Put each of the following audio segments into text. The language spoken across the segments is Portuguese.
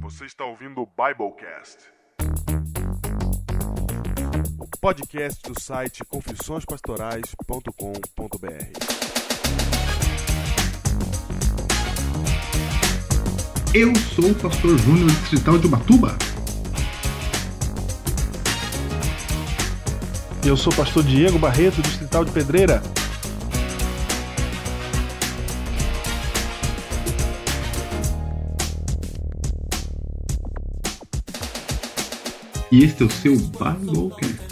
Você está ouvindo o Biblecast. O podcast do site confissõespastorais.com.br. Eu sou o pastor Júnior Distrital de Ubatuba. Eu sou o pastor Diego Barreto, distrital de Pedreira. E este é o seu Biblecast.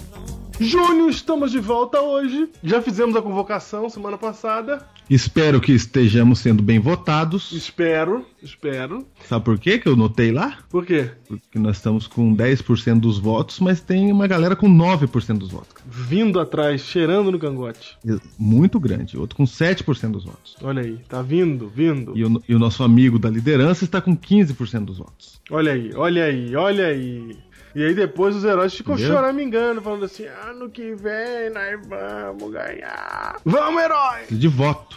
Júnior, estamos de volta hoje. Já fizemos a convocação semana passada. Espero que estejamos sendo bem votados. Espero, espero. Sabe por quê que eu notei lá? Por quê? Porque nós estamos com 10% dos votos, mas tem uma galera com 9% dos votos. Vindo atrás, cheirando no cangote. Muito grande. Outro com 7% dos votos. Olha aí, tá vindo, vindo. E o, e o nosso amigo da liderança está com 15% dos votos. Olha aí, olha aí, olha aí. E aí depois os heróis ficam Entendeu? choramingando, falando assim: ano que vem nós vamos ganhar. Vamos, herói! De voto.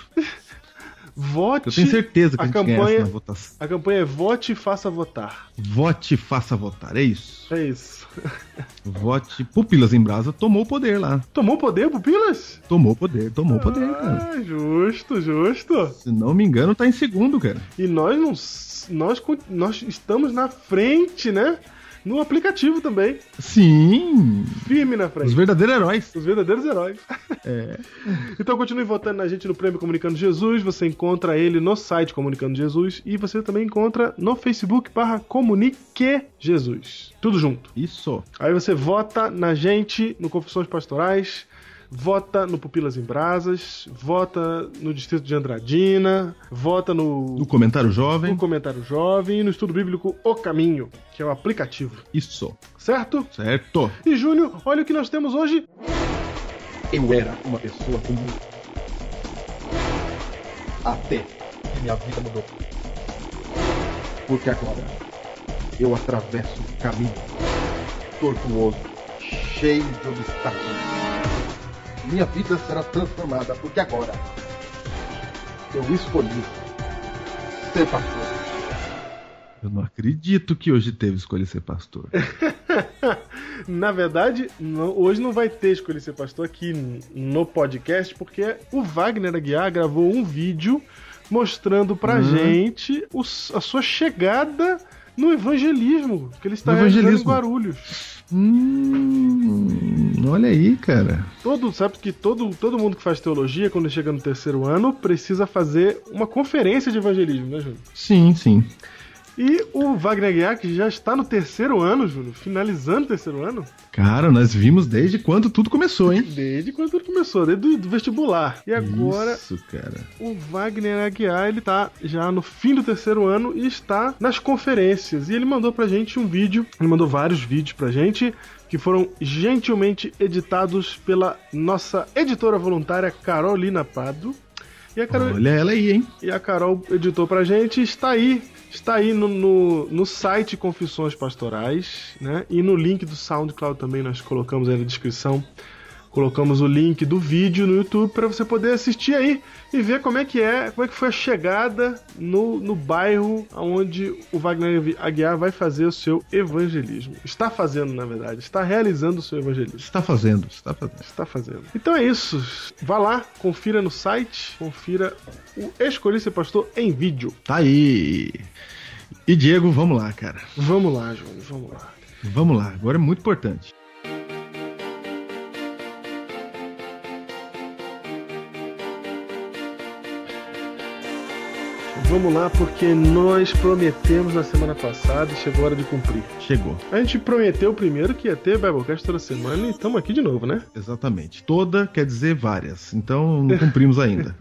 Vote. Eu tenho certeza que a, a gente ganha campanha. essa né? votação. A campanha é vote e faça votar. Vote e faça votar. É isso. É isso. Vote. Pupilas em Brasa tomou o poder lá. Tomou poder, pupilas? Tomou o poder, tomou o poder, cara. Ah, justo, justo. Se não me engano, tá em segundo, cara. E nós não. s- Nós, con- nós estamos na frente, né? No aplicativo também. Sim! Firme na Os frente. verdadeiros heróis. Os verdadeiros heróis. É. Então continue votando na gente no Prêmio Comunicando Jesus. Você encontra ele no site Comunicando Jesus. E você também encontra no Facebook barra Comunique Jesus. Tudo junto. Isso. Aí você vota na gente, no Confissões Pastorais, vota no Pupilas em Brasas, vota no Distrito de Andradina, vota No no, comentário jovem. no Um Comentário Jovem e no Estudo Bíblico O Caminho, que é o aplicativo, Isso. certo? Certo. E Júnior, olha o que nós temos hoje. Eu era uma pessoa comum. Até que minha vida mudou. Porque agora eu atravesso um caminho tortuoso, cheio de obstáculos. Minha vida será transformada porque agora eu escolhi ser pastor. Eu não acredito que hoje teve escolha ser pastor. Na verdade, não- hoje não vai ter Escolha Ser Pastor aqui n- no podcast, porque o Wagner Aguiar gravou um vídeo mostrando pra Uhum. gente o s- a sua chegada no evangelismo, que ele está No realizando em evangelismo. Guarulhos. Hum, olha aí, cara. Todo, sabe que todo, todo mundo que faz teologia, quando chega no terceiro ano, precisa fazer uma conferência de evangelismo, né, Júlio? Sim, sim. E o Wagner Aguiar, que já está no terceiro ano, Júlio, finalizando o terceiro ano, Cara, nós vimos desde quando tudo começou, hein? desde quando tudo começou, desde do- do vestibular. E agora Isso, cara. O Wagner Aguiar, ele tá já no fim do terceiro ano e está nas conferências. E ele mandou pra gente um vídeo, ele mandou vários vídeos pra gente, que foram gentilmente editados pela nossa editora voluntária Carolina Pado. E a, Carol, Olha ela aí, hein? e a Carol editou pra gente, está aí, está aí no, no, no site Confissões Pastorais, né? E no link do SoundCloud também nós colocamos aí na descrição. Colocamos o link do vídeo no YouTube para você poder assistir aí e ver como é que é, como é que foi a chegada no, no bairro onde o Wagner Aguiar vai fazer o seu evangelismo. Está fazendo, na verdade, está realizando o seu evangelismo Está fazendo, está fazendo. está fazendo. Então é isso. Vá lá, confira no site, confira o Escolhi Ser Pastor em vídeo. Tá aí. E Diego, vamos lá, cara. Vamos lá, João, vamos lá. Vamos lá, agora é muito importante. Vamos lá, porque nós prometemos na semana passada e chegou a hora de cumprir. Chegou. A gente prometeu primeiro que ia ter Biblecast toda semana e estamos aqui de novo, né? Exatamente. Toda quer dizer várias. Então não cumprimos ainda.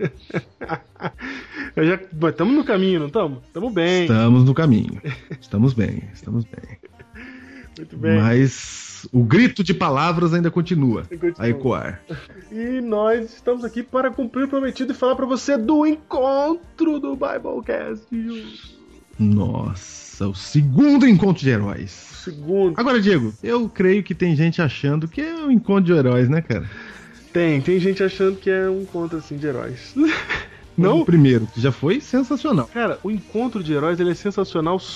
Eu já estamos no caminho, não estamos? Estamos bem. Estamos no caminho. Estamos bem, estamos bem. Muito bem. Mas o grito de palavras ainda continua a ecoar. E nós estamos aqui para cumprir o prometido e falar para você do encontro do Biblecast. Ju. Nossa, o segundo encontro de heróis. Segundo. Agora, Diego, eu creio que tem gente achando que é um encontro de heróis, né, cara? Tem, tem gente achando que é um encontro assim de heróis. O primeiro, que já foi sensacional. Cara, o encontro de heróis ele é sensacional s-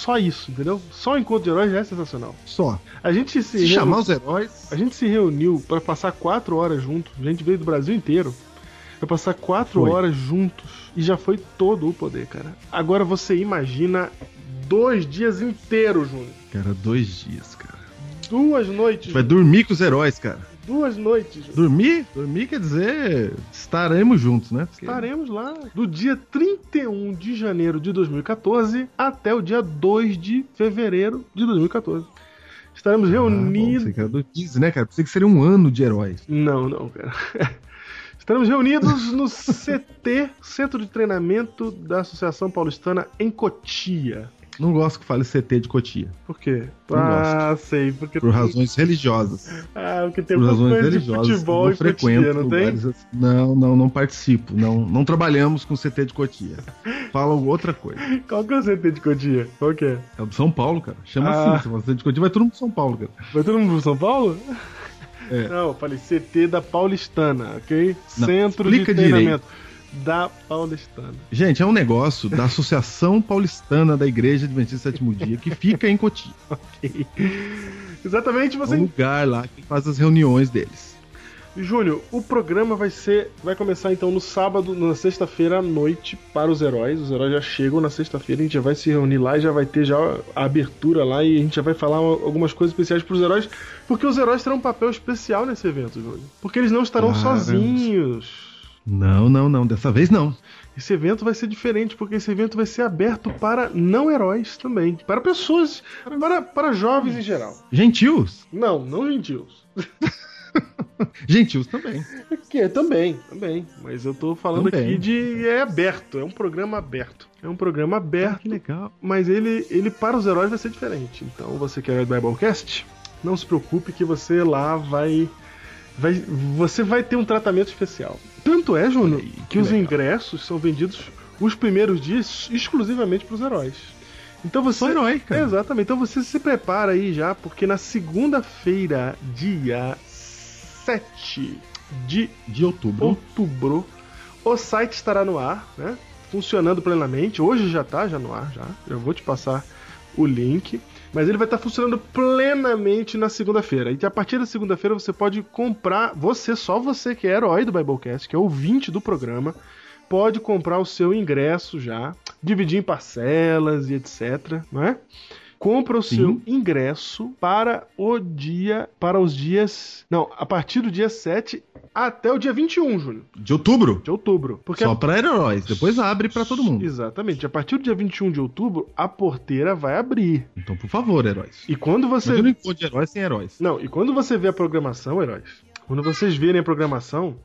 só isso, entendeu? Só o encontro de heróis já é sensacional. Só. A gente se, Se reu- chamar os heróis. a gente se reuniu pra passar quatro horas juntos. A gente veio do Brasil inteiro. Pra passar quatro Foi. horas juntos. E já foi todo o poder, cara. Agora você imagina dois dias inteiros, Júnior. Cara, dois dias, cara. Duas noites. Vai dormir com os heróis, cara. Duas noites. Júnior. Dormir? Dormir quer dizer estaremos juntos, né? Porque- Estaremos lá do dia 31 de janeiro de 2014 até o dia 2 de fevereiro de 2014. Estaremos Ah, bom, reunidos pensei que era do Disney, né, cara? Pensei que seria um ano de heróis. Não, não, cara. Estamos reunidos no CT, Centro de Treinamento da Associação Paulistana em Cotia. Não gosto que fale CT de Cotia. Por quê? Não ah, sei, porque Por razões religiosas. ah, porque tem Por muita razões coisa de religiosas. futebol não em Cotia, frequento não tem? lugares assim. Não, não, não participo. Não, não trabalhamos com CT de Cotia. Fala outra coisa. Qual que é o CT de Cotia? Qual que é? É do São Paulo, cara. Chama Ah. assim. Se você é de Cotia, vai todo mundo pro São Paulo, cara. Vai todo mundo pro São Paulo? É. Não, eu falei CT da Paulistana, ok? Não, Centro de explica Treinamento da Paulistana. Gente, é um negócio da Associação Paulistana da Igreja Adventista do Sétimo Dia que fica em Cotia. Exatamente, É você um lugar lá que faz as reuniões deles. Júnior, o programa vai ser. Vai começar então no sábado, na sexta-feira à noite, para os heróis. Os heróis já chegam na sexta-feira, a gente já vai se reunir lá e já vai ter já a abertura lá e a gente já vai falar algumas coisas especiais para os heróis, porque os heróis terão um papel especial nesse evento, Júnior. Porque eles não estarão Claro. sozinhos. Não, não, não. Dessa vez não. Esse evento vai ser diferente, porque esse evento vai ser aberto para não heróis também. Para pessoas, para, para jovens em geral. Gentios. Não, não gentios. É Gentios também. Que também, também. Mas eu tô falando Também. aqui de. É aberto, é um programa aberto. É um programa aberto, Que é legal. mas ele, ele para os heróis vai ser diferente. Então você quer o Biblecast? Não se preocupe que você lá vai. vai você vai ter um tratamento especial. Tanto é, Júnior, Olha aí, que que os legal. ingressos são vendidos os primeiros dias exclusivamente para os heróis. Então você. Sou herói, cara. Exatamente. Então você se prepara aí já, porque na segunda-feira, dia 7 de De outubro. outubro, o site estará no ar, né? Funcionando plenamente. Hoje já tá, já no ar, já. Eu vou te passar o link. Mas ele vai estar funcionando plenamente na segunda-feira. E a partir da segunda-feira você pode comprar, você, só você que é herói do Biblecast, que é ouvinte do programa, pode comprar o seu ingresso já, dividir em parcelas e etc, não é? Compra o seu Sim. ingresso para o dia, para os dias, não, a partir do dia 7 até o dia 21, Júnior, De outubro. de outubro. Porque Só pra heróis. Depois abre pra todo mundo. Exatamente. A partir do dia 21 de outubro, a porteira vai abrir. Então, por favor, heróis. E quando você Imagina um encontro de heróis sem heróis. Não, e quando você vê a programação, heróis, quando vocês virem a programação,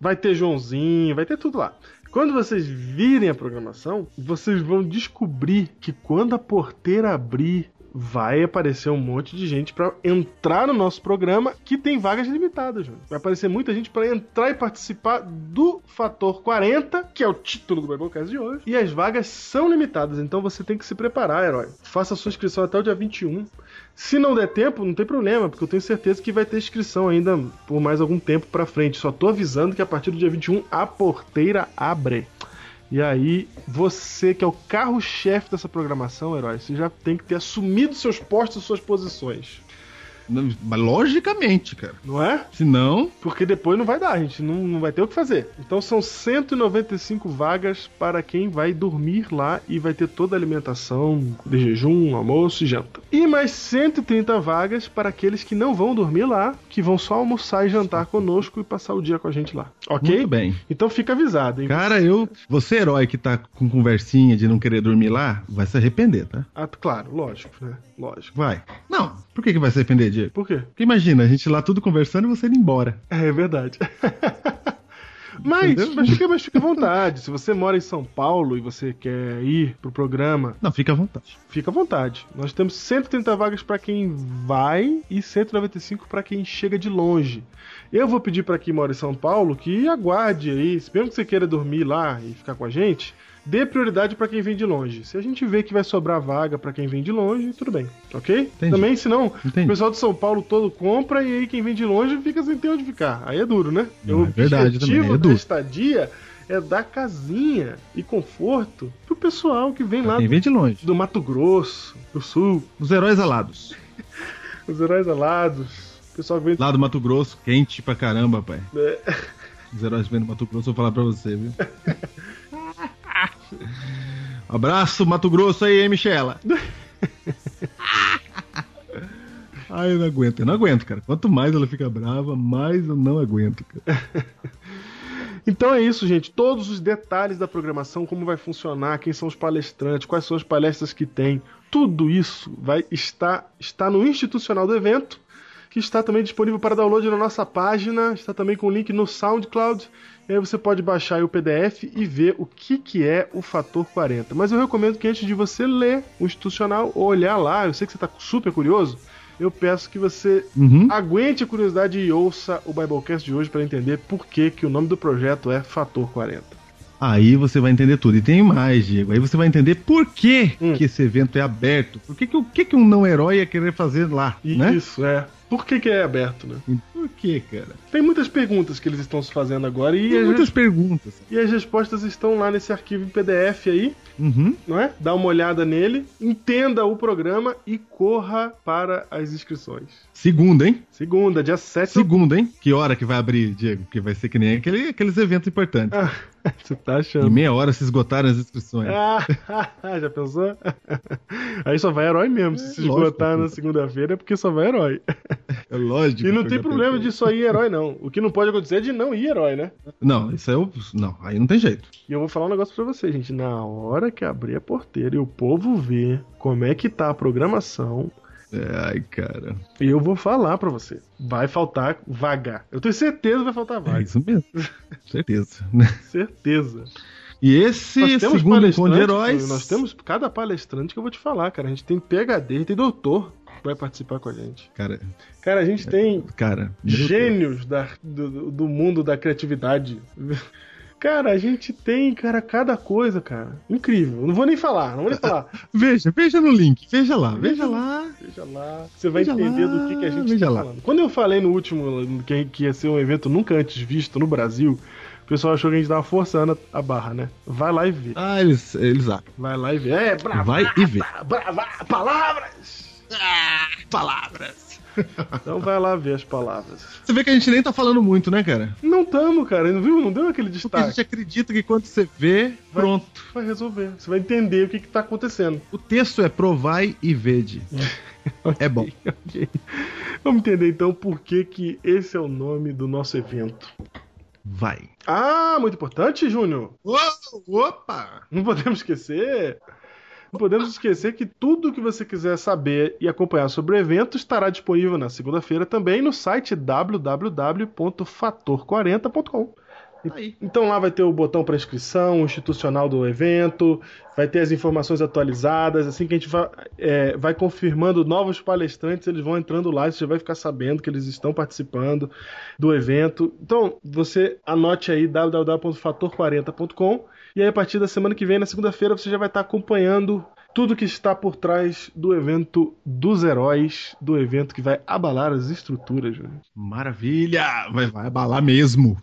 vai ter Joãozinho, vai ter tudo lá. Quando vocês virem a programação, vocês vão descobrir que quando a porteira abrir, vai aparecer um monte de gente pra entrar no nosso programa que tem vagas limitadas, Júnior. Vai aparecer muita gente pra entrar e participar do Fator 40, que é o título do Biblecast de hoje. E as vagas são limitadas, então você tem que se preparar, herói. Faça sua inscrição até o dia 21. Se não der tempo, não tem problema, porque eu tenho certeza que vai ter inscrição ainda por mais algum tempo pra frente. Só tô avisando que a partir do dia 21 a porteira abre. E aí, você que é o carro-chefe dessa programação, herói, você já tem que ter assumido seus postos e suas posições, Não, mas Logicamente, cara. não é? Se não, Porque depois não vai dar, a gente não, não vai ter o que fazer. Então são 195 vagas para quem vai dormir lá e vai ter toda a alimentação de jejum, almoço e janta. E mais 130 vagas para aqueles que não vão dormir lá, que vão só almoçar e jantar conosco e passar o dia com a gente lá. Ok? muito bem. Então fica avisado, hein? Cara, eu. Você, herói que tá com conversinha de não querer dormir lá, vai se arrepender, tá? Ah, claro, lógico, né? Lógico. Vai. Não. Por que, que vai se arrepender, Diego? Por quê? Porque imagina, a gente lá tudo conversando e você indo embora. É verdade. Mas, Entendeu? mas, fica, mas fica à vontade. Se você mora em São Paulo e você quer ir pro programa Não, fica à vontade. Fica à vontade. Nós temos 130 vagas pra quem vai e 195 pra quem chega de longe. Eu vou pedir para quem mora em São Paulo que aguarde aí, se mesmo que você queira dormir lá e ficar com a gente, dê prioridade para quem vem de longe. Se a gente vê que vai sobrar vaga para quem vem de longe, tudo bem, ok? Entendi. Também, senão, Entendi. o pessoal de São Paulo todo compra e aí quem vem de longe fica sem ter onde ficar. Aí é duro, né? Não, é verdade também, é objetivo da duro. estadia é dar casinha e conforto pro pessoal que vem lá Quem vem de longe. do Mato Grosso, do Sul, Os heróis alados. os heróis alados, o pessoal que vem Lá do Mato Grosso, quente pra caramba, pai. Os heróis vêm do Mato Grosso, eu vou falar pra você, viu? Abraço, Mato Grosso aí, hein, Michela? Ai, eu não aguento, eu não aguento, cara. Quanto mais ela fica brava, mais eu não aguento, cara. Então é isso, gente. Todos os detalhes da programação, como vai funcionar, quem são os palestrantes, quais são as palestras que tem, tudo isso vai estar está no institucional do evento, que está também disponível para download na nossa página, está também com o link no SoundCloud. E aí você pode baixar aí o PDF e ver o que, que é o fator 40. Mas eu recomendo que antes de você ler o institucional ou olhar lá, eu sei que você está super curioso, eu peço que você Uhum. Aguente a curiosidade e ouça o Biblecast de hoje para entender por que, que o nome do projeto é Fator 40. Aí você vai entender tudo. E tem mais, Diego. Aí você vai entender por que, Hum. que esse evento é aberto. Por que, que, o que, que um não-herói ia querer fazer lá, E né? Hum. Isso, é. Por que, que é aberto, né? E por que, cara? Tem muitas perguntas que eles estão se fazendo agora e, Tem as, muitas perguntas. e as respostas estão lá nesse arquivo em PDF aí, Uhum. não é? Dá uma olhada nele, entenda o programa e corra para as inscrições. Segunda, hein? Segunda, dia 7 Segunda, hein? Que hora que vai abrir, Diego? Porque vai ser que nem aquele- aqueles eventos importantes. Ah, Você tá Em achando. meia hora se esgotaram as inscrições. É. né? Ah, já pensou? Aí só vai herói mesmo. Se se lógico. esgotar na segunda-feira é porque só vai herói. É lógico. E não que eu tem já problema pensei. de só ir herói, não. O que não pode acontecer é de não ir herói, né? Não, isso é o. Não, aí não tem jeito. E eu vou falar um negócio pra vocês, gente. Na hora que abrir a porteira e o povo ver como é que tá a programação, É, Ai, cara. eu vou falar pra você. Vai faltar vaga. Eu tenho certeza que vai faltar É vaga. isso mesmo. Certeza. certeza. E esse segundo encontro de heróis. Nós temos cada palestrante que eu vou te falar, cara. A gente tem PHD, a gente tem doutor que vai participar com a gente. Cara, Cara, a É. gente tem cara. meu Deus. gênios da- do, do mundo da criatividade. Cara, a gente tem, cara, cada coisa, cara. Incrível. Não vou nem falar, não vou nem falar. Veja, veja no link. Veja lá, veja lá. Veja lá. Você vai Veja entender lá, do que, que a gente veja tá lá. falando. Quando eu falei no último que, que ia ser um evento nunca antes visto no Brasil, o pessoal achou que a gente tava forçando a barra, né? Vai lá e vê. Ah, eles, eles acham. Vai lá e vê. É, brava, Vai e vê. brava, palavras! Palavras. Então vai lá ver as palavras. Você vê que a gente nem tá falando muito, né, cara? Não tamo, cara. Não viu? Não deu aquele Porque a destaque. gente acredita que quando você vê, pronto. Tá. Vai resolver. Você vai entender o que, que tá acontecendo. O texto é provai e vede. É bom. Ok. Vamos entender então por que, que esse é o nome do nosso evento. Vai. Ah, muito importante, Júnior. opa! Não podemos esquecer. Não podemos esquecer que tudo que você quiser saber e acompanhar sobre o evento estará disponível na segunda-feira também no site www.fator40.com. Aí. Então lá vai ter o botão para inscrição, o institucional do evento, vai ter as informações atualizadas. Assim que a gente vai, é, vai confirmando novos palestrantes, eles vão entrando lá, você vai ficar sabendo que eles estão participando do evento. Então você anote aí www.fator40.com e aí a partir da semana que vem, na segunda-feira, você já vai estar acompanhando tudo que está por trás do evento dos heróis, do evento que vai abalar as estruturas. Né? Maravilha! Vai, vai abalar mesmo.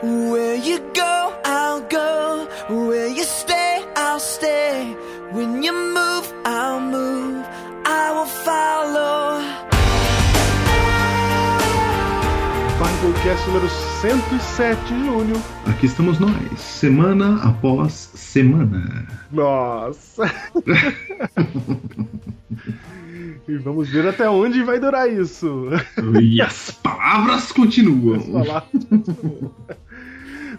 Where you go, I'll go. Where you stay, I'll stay. When you move, I'll move. I will follow. Biblecast número 107, Júnior. Aqui estamos nós, semana após semana. Nossa! e vamos ver até onde vai durar isso. E as palavras continuam. Falar.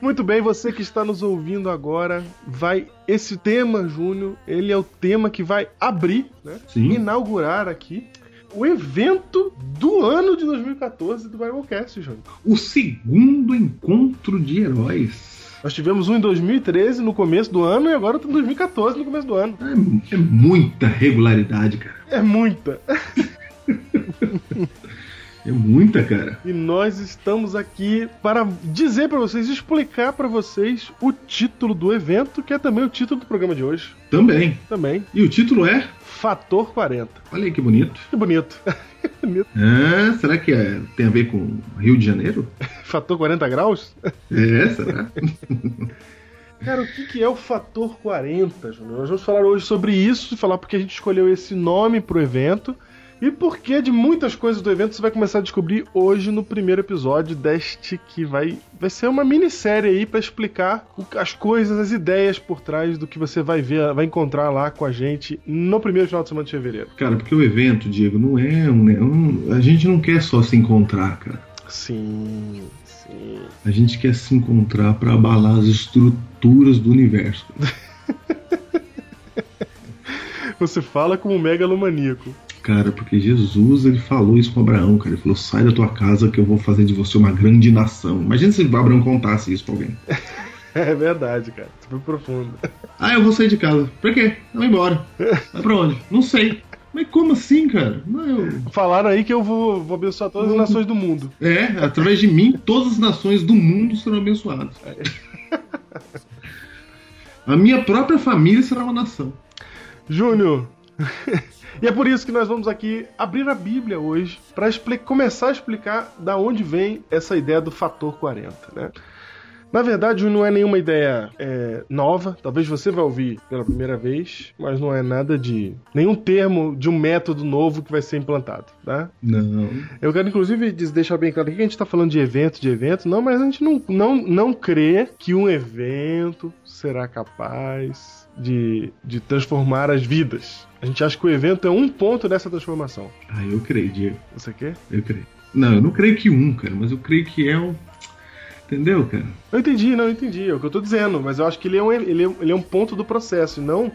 Muito bem, você que está nos ouvindo agora, vai esse tema, Júnior, ele é o tema que vai abrir, né? Sim, Inaugurar aqui o evento do ano de 2014 do Biblecast, Júnior. o segundo encontro de heróis. Nós tivemos um em 2013 no começo do ano e agora tá em 2014 no começo do ano. É, é muita regularidade, cara. É muita. É muita, cara. E nós estamos aqui para dizer para vocês, explicar para vocês o título do evento, que é também o título do programa de hoje. Também. Também. E o título é? Fator 40. Olha aí que bonito. Que bonito. Ah, será que é- tem a ver com Rio de Janeiro? Fator 40 graus? É, será? Cara, o que, que é o fator 40, Júnior? Nós vamos falar hoje sobre isso, falar porque a gente escolheu esse nome pro evento e porque de muitas coisas do evento você vai começar a descobrir hoje no primeiro episódio deste que vai, vai ser uma minissérie aí pra explicar o- as coisas, as ideias por trás do que você vai ver, vai encontrar lá com a gente no primeiro final de semana de fevereiro. Cara, porque o evento, Diego, não é um, né, um- A gente não quer só se encontrar, cara. Sim, sim. A gente quer se encontrar pra abalar as estruturas do universo. Você fala como um megalomaníaco. Cara, porque Jesus ele falou isso com Abraão, cara. Ele falou: sai da tua casa que eu vou fazer de você uma grande nação. Imagina se Abraão contasse isso pra alguém. É verdade, cara. Super profundo. Ah, eu vou sair de casa. Pra quê? Eu vou embora. Vai pra onde? Não sei. Mas como assim, cara? Não, eu- Falaram aí que eu vou, vou abençoar todas as nações do mundo. É, através de mim, todas as nações do mundo serão abençoadas. A minha própria família será uma nação. Júnior. e é por isso que nós vamos aqui abrir a Bíblia hoje para começar a explicar da onde vem essa ideia do fator 40, né? Na verdade, Júnior, não é nenhuma ideia é, nova. Talvez você vai ouvir pela primeira vez, mas não é nada de nenhum termo de um método novo que vai ser implantado, tá? Não. Eu quero, inclusive, diz- deixar bem claro aqui que a gente tá falando de evento, de evento, não, mas a gente não, não, não crê que um evento será capaz de, de transformar as vidas. A gente acha que o evento é um ponto dessa transformação. Ah, eu creio, Diego. Isso aqui? Eu creio. Não, eu não creio que um, cara, mas eu creio que é um. Entendeu, cara? Eu entendi, não, eu entendi, é o que eu tô dizendo, mas eu acho que ele é um, ele é, ele é um ponto do processo e não,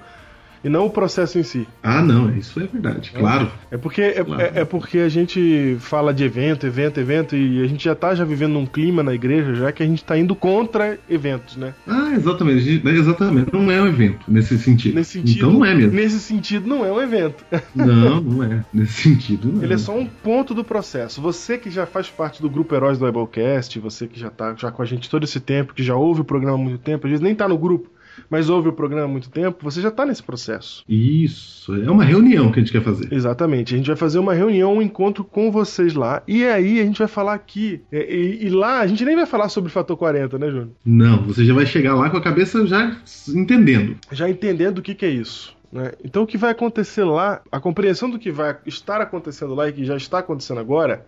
e não o processo em si. Ah, não, isso é verdade, claro. É porque, é, é- é porque a gente fala de evento, evento, evento, e a gente já tá já vivendo um clima na igreja, já que a gente tá indo contra eventos, né? Ah, exatamente, gente, né, exatamente. Não é um evento nesse sentido. Nesse sentido, né? Então não é mesmo. Nesse sentido, não é um evento. Não, não é. Nesse sentido, não. Ele é só um ponto do processo. Você que já faz parte do grupo Heróis do Biblecast, você que já tá já com a gente todo esse tempo, que já ouve o programa há muito tempo, às vezes nem tá no grupo, mas ouve o programa há muito tempo, você já tá nesse processo. Isso, é uma reunião que a gente quer fazer. Exatamente. A gente vai fazer uma reunião, um encontro com vocês lá. E aí a gente vai falar aqui. E, e- e lá a gente nem vai falar sobre o fator 40, né, Júnior? Não, você já vai chegar lá com a cabeça já entendendo. já entendendo o que, que é isso. Né? Então, o que vai acontecer lá, a compreensão do que vai estar acontecendo lá e que já está acontecendo agora,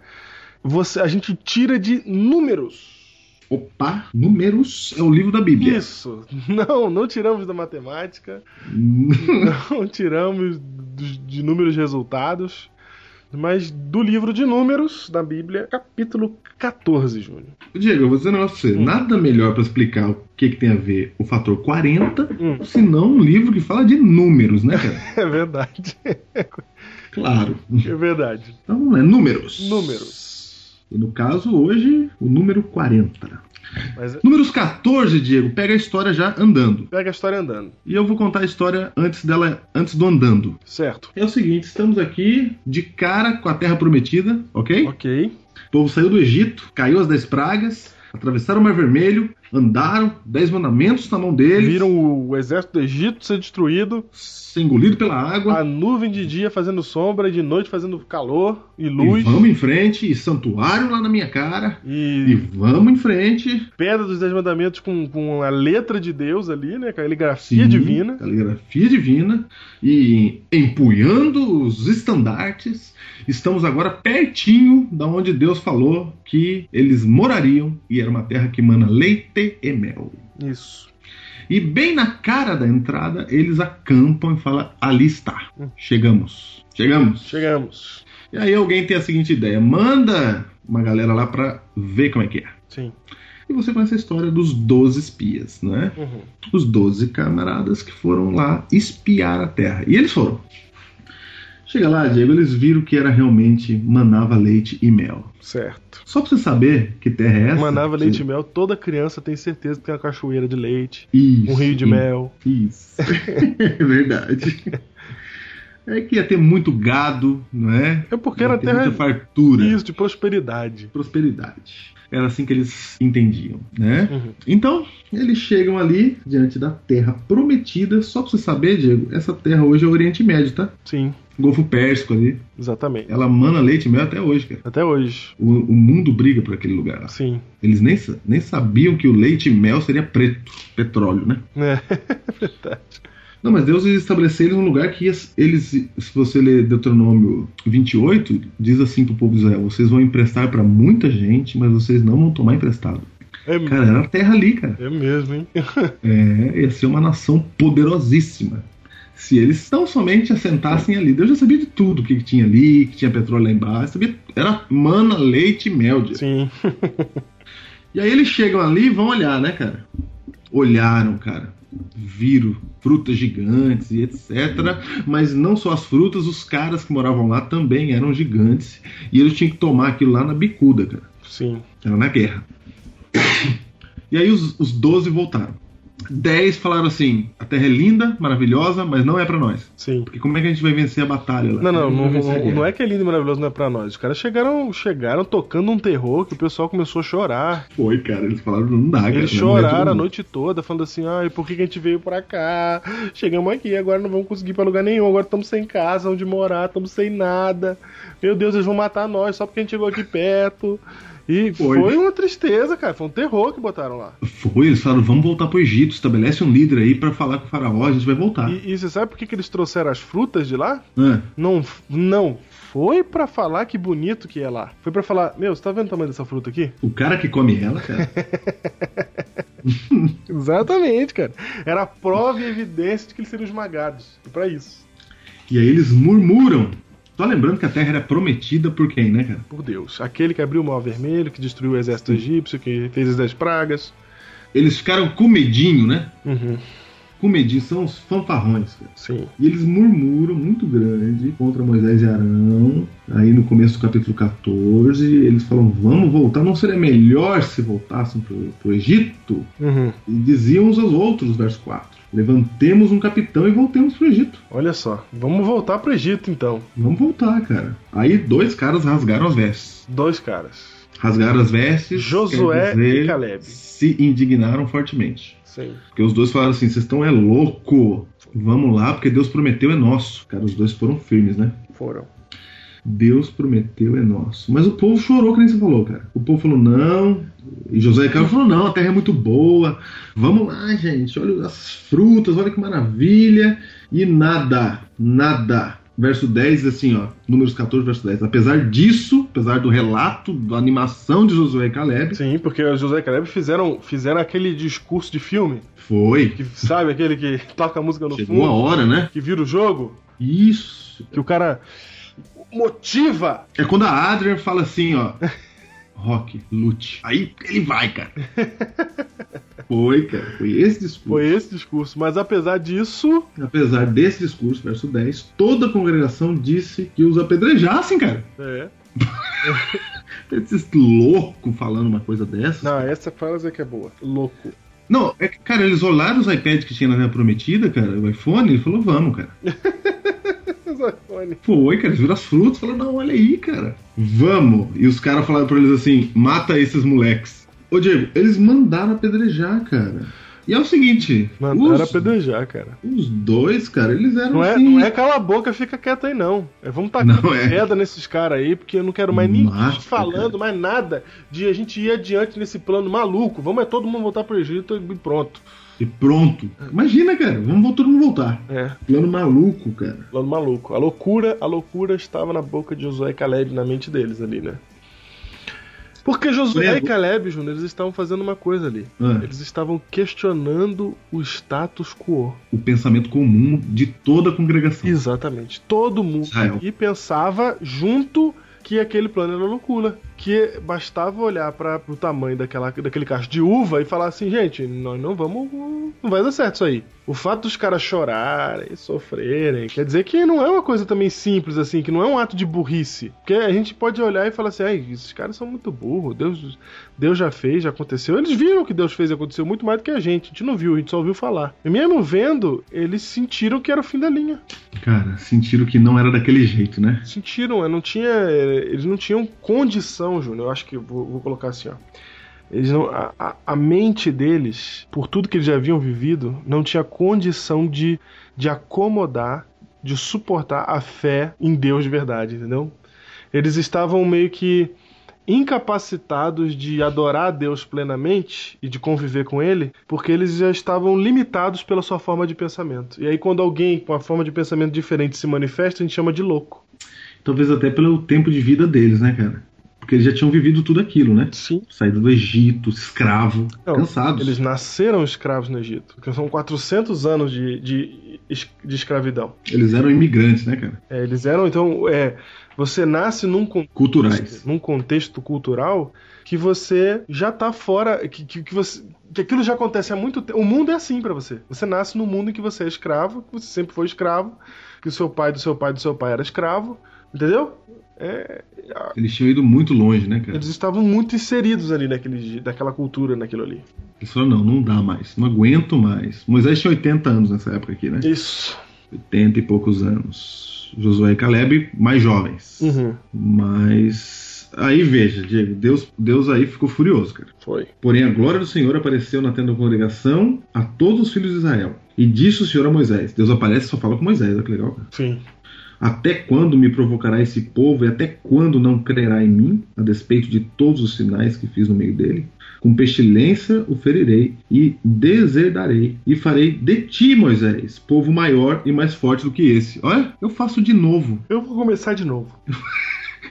você, a gente tira de números. Opa, números é o livro da Bíblia. Isso. Não, não tiramos da matemática, não tiramos dos- de números de resultados, mas do livro de números da Bíblia, capítulo 14, Júnior. Diego, eu vou dizer um negócio pra Hum. você. Nada melhor pra explicar o que, que tem a ver o fator 40, Hum. senão um livro que fala de números, né, cara? É verdade. claro. É verdade. Então, não é números. Números. E no caso, hoje, o número 40. Mas Números 14, Diego, pega a história já andando. pega a história andando, E eu vou contar a história antes dela, antes do andando. certo? É o seguinte, estamos aqui de cara com a Terra Prometida, ok? Ok. O povo saiu do Egito, caiu as dez pragas, atravessaram o Mar Vermelho, andaram, dez mandamentos na mão deles, Viram o- o exército do Egito ser destruído, ser engolido pela água, A nuvem de dia fazendo sombra e de noite fazendo calor e e luz. vamos em frente, e santuário lá na minha cara, e E vamos em frente. pedra dos Dez Mandamentos com, com a letra de Deus ali, né? Com a caligrafia divina. Caligrafia divina, e empunhando os estandartes, estamos agora pertinho da onde Deus falou que eles morariam, e era uma terra que mana leite e mel. Isso. E bem na cara da entrada, eles acampam e falam: ali está. Chegamos. Chegamos. Chegamos. E aí alguém tem a seguinte ideia: manda uma galera lá pra ver como é que é. Sim. E você faz essa história dos 12 espias, né? Uhum. Os 12 camaradas que foram lá espiar a terra. E eles foram. Chega lá, Diego, eles viram que era realmente manava leite e mel. Certo. Só pra você saber que terra é essa. Manava leite e e mel. Toda criança tem certeza que tem uma cachoeira de leite, mel. um rio de mel. Isso. é verdade. é que ia ter muito gado, não é? É porque era Ia ter terra- muita fartura, Isso, de prosperidade. prosperidade. Era assim que eles entendiam, né? Uhum. Então, eles chegam ali diante da terra prometida. Só pra você saber, Diego, essa terra hoje é o Oriente Médio, tá? Sim, Golfo Pérsico ali. exatamente. Ela mana leite e mel até hoje, cara. Até hoje. O, o mundo briga por aquele lugar. Sim. Eles nem, sa- nem sabiam que o leite e mel seria preto, petróleo, né? É. Não, mas Deus ia estabelecer eles num lugar que ia- eles, se você ler Deuteronômio 28, diz assim pro povo de Israel: vocês vão emprestar pra muita gente, mas vocês não vão tomar emprestado. É, Cara, era a terra ali, cara. é mesmo, hein? É, ia ser uma nação poderosíssima. Se eles tão somente assentassem ali. Deus já sabia de tudo, o que, que tinha ali, que tinha petróleo lá embaixo. Sabia, era mana, leite e mel. Diego. Sim. E aí eles chegam ali e vão olhar, né, cara? Olharam, cara. Viram frutas gigantes e etc. Mas não só as frutas, os caras que moravam lá também eram gigantes. E eles tinham que tomar aquilo lá na bicuda, cara. Sim. Era na guerra. E aí os, os 12 voltaram. 10 falaram assim: a terra é linda, maravilhosa, mas não é pra nós. Sim. Porque como é que a gente vai vencer a batalha lá? Não, não, não, Como que a gente vai vencer a não, não guerra? é que é lindo e maravilhoso, não é pra nós. Os caras chegaram, chegaram tocando um terror que o pessoal começou a chorar. Foi, cara. Eles falaram: não dá, cara. Eles não é todo choraram a mundo." noite toda, falando assim: ai, por que, que a gente veio pra cá? Chegamos aqui, agora não vamos conseguir ir pra lugar nenhum, agora estamos sem casa, onde morar, estamos sem nada. Meu Deus, eles vão matar nós só porque a gente chegou aqui perto. E foi. Foi. uma tristeza, cara, foi um terror que botaram lá. Foi, eles falaram: vamos voltar pro Egito, estabelece um líder aí pra falar com o faraó, a gente vai voltar. E, e você sabe por que, que eles trouxeram as frutas de lá? Ah, Não, f- não foi pra falar que bonito que é lá. Foi pra falar: meu, você tá vendo o tamanho dessa fruta aqui? o cara que come ela, cara. Exatamente, cara. Era a prova e evidência de que eles seriam esmagados. E pra isso. e aí eles murmuram. Só lembrando que a terra era prometida por quem, né, cara? Por Deus. Aquele que abriu o mar vermelho, que destruiu o exército egípcio, que fez as dez pragas. Eles ficaram com medinho, né? Uhum. Com medinho são os fanfarrões, cara. Sim. E eles murmuram muito grande contra Moisés e Arão. Aí no começo do capítulo 14, eles falam: Vamos voltar, não seria melhor se voltassem para o Egito? Uhum. E diziam uns aos outros, verso 4. Levantemos um capitão e voltemos para o Egito. Olha só. Vamos voltar pro Egito, então. Vamos voltar, cara. Aí dois caras rasgaram as vestes. Dois caras. Rasgaram as vestes. Josué quer dizer, e Caleb. Se indignaram fortemente. Sim. Porque os dois falaram assim: Vocês estão é louco. Vamos lá, porque Deus prometeu é nosso. Cara, os dois foram firmes, né? Foram. Deus prometeu é nosso. Mas o povo chorou, que nem você falou, cara. O povo falou, não. E José e Carlos falou, não, a terra é muito boa. Vamos lá, gente. Olha as frutas, olha que maravilha. E nada, nada. Verso 10, assim, ó. Números 14, verso 10. Apesar disso, apesar do relato, da animação de Josué e Caleb, Sim, porque o Josué e Caleb fizeram, fizeram aquele discurso de filme, foi. que sabe, aquele que toca a música no Chegou a fundo, hora, né? que vira o jogo, Isso. que o cara motiva. É quando a Adrian fala assim, ó. Rock, lute. Aí ele vai, cara. Foi, cara. Foi esse discurso. Foi esse discurso. Mas apesar disso, Apesar desse discurso, verso 10, toda a congregação disse que os apedrejassem, cara. é, Esses loucos falando uma coisa dessa. Não, essa frase é que é boa. Louco. Não, é que, cara, eles olharam os iPads que tinha na Terra Prometida, cara, o iPhone, ele falou, vamos, cara. Foi, cara, eles viram as frutas, falaram, não, olha aí, cara. Vamos. E os caras falaram pra eles assim, mata esses moleques. Ô, Diego, eles mandaram apedrejar, cara. E é o seguinte, Mandaram os, apedrejar, cara. os dois, cara, eles eram Não é, assim... não é cala a boca, fica quieto aí, não. É, vamos tacar Não é. pedra nesses caras aí, porque eu não quero mais ninguém Mata, falando mais nada de a gente ir adiante nesse plano maluco. Vamos é todo mundo voltar pro Egito e pronto. E pronto. Imagina, cara, vamos vol- todo mundo voltar. É, Plano maluco, cara. plano maluco. A loucura, a loucura estava na boca de Josué e Caleb, na mente deles ali, né? Porque Josué e Lembro. Caleb, Júnior, eles estavam fazendo uma coisa ali. Ah, Eles estavam questionando o status quo. o pensamento comum de toda a congregação. Exatamente. Todo mundo Israel. e pensava junto que aquele plano era loucura, que bastava olhar para o tamanho daquela, daquele cacho de uva e falar assim, gente, nós não vamos, não vai dar certo isso aí. O fato dos caras chorarem, sofrerem, quer dizer que não é uma coisa também simples assim, que não é um ato de burrice, porque a gente pode olhar e falar assim, ai, esses caras são muito burros, Deus, Deus já fez, já aconteceu. Eles viram que Deus fez e aconteceu muito mais do que a gente. A gente não viu, a gente só ouviu falar. E mesmo vendo, eles sentiram que era o fim da linha. Cara, sentiram que não era daquele jeito, né? Sentiram, eu não tinha, eh, eles não tinham condição, Júnior. Eu acho que vou, vou colocar assim, ó. Eles não, a, a- a mente deles, por tudo que eles já haviam vivido, não tinha condição de, de acomodar, de suportar a fé em Deus de verdade, entendeu? Eles estavam meio que incapacitados de adorar a Deus plenamente e de conviver com Ele, porque eles já estavam limitados pela sua forma de pensamento. E aí, quando alguém com uma forma de pensamento diferente se manifesta, a gente chama de louco. Talvez até pelo tempo de vida deles, né, cara? Porque eles já tinham vivido tudo aquilo, né? Sim. Saído do Egito, escravo, Não, cansados. Eles nasceram escravos no Egito, que são 400 anos de, de, es- de escravidão. Eles eram imigrantes, né, cara? É, eles eram, então, é, você nasce num, con- Culturais. num contexto cultural que você já tá fora, que, que, que você que aquilo já acontece há muito tempo. O mundo é assim pra você. Você nasce num mundo em que você é escravo, que você sempre foi escravo, que o seu pai do seu pai do seu pai era escravo, entendeu? É, Eles tinham ido muito longe, né, cara? eles estavam muito inseridos ali naquele, naquela cultura, naquilo ali. Eles falaram, não, não dá mais, não aguento mais. Moisés tinha 80 anos nessa época aqui, né? Isso. 80 e poucos anos. Josué e Caleb, mais jovens. Uhum. Mas. Aí veja, Diego, Deus, Deus aí ficou furioso, cara. Foi. Porém, a glória do Senhor apareceu na tenda da congregação a todos os filhos de Israel. E disse o Senhor a Moisés: Deus aparece e só fala com Moisés, olha que legal, cara. Fim. Até quando me provocará esse povo e até quando não crerá em mim, a despeito de todos os sinais que fiz no meio dele? Com pestilência o ferirei e deserdarei, e farei de ti, Moisés, povo maior e mais forte do que esse. Olha, eu faço de novo. Eu vou começar de novo.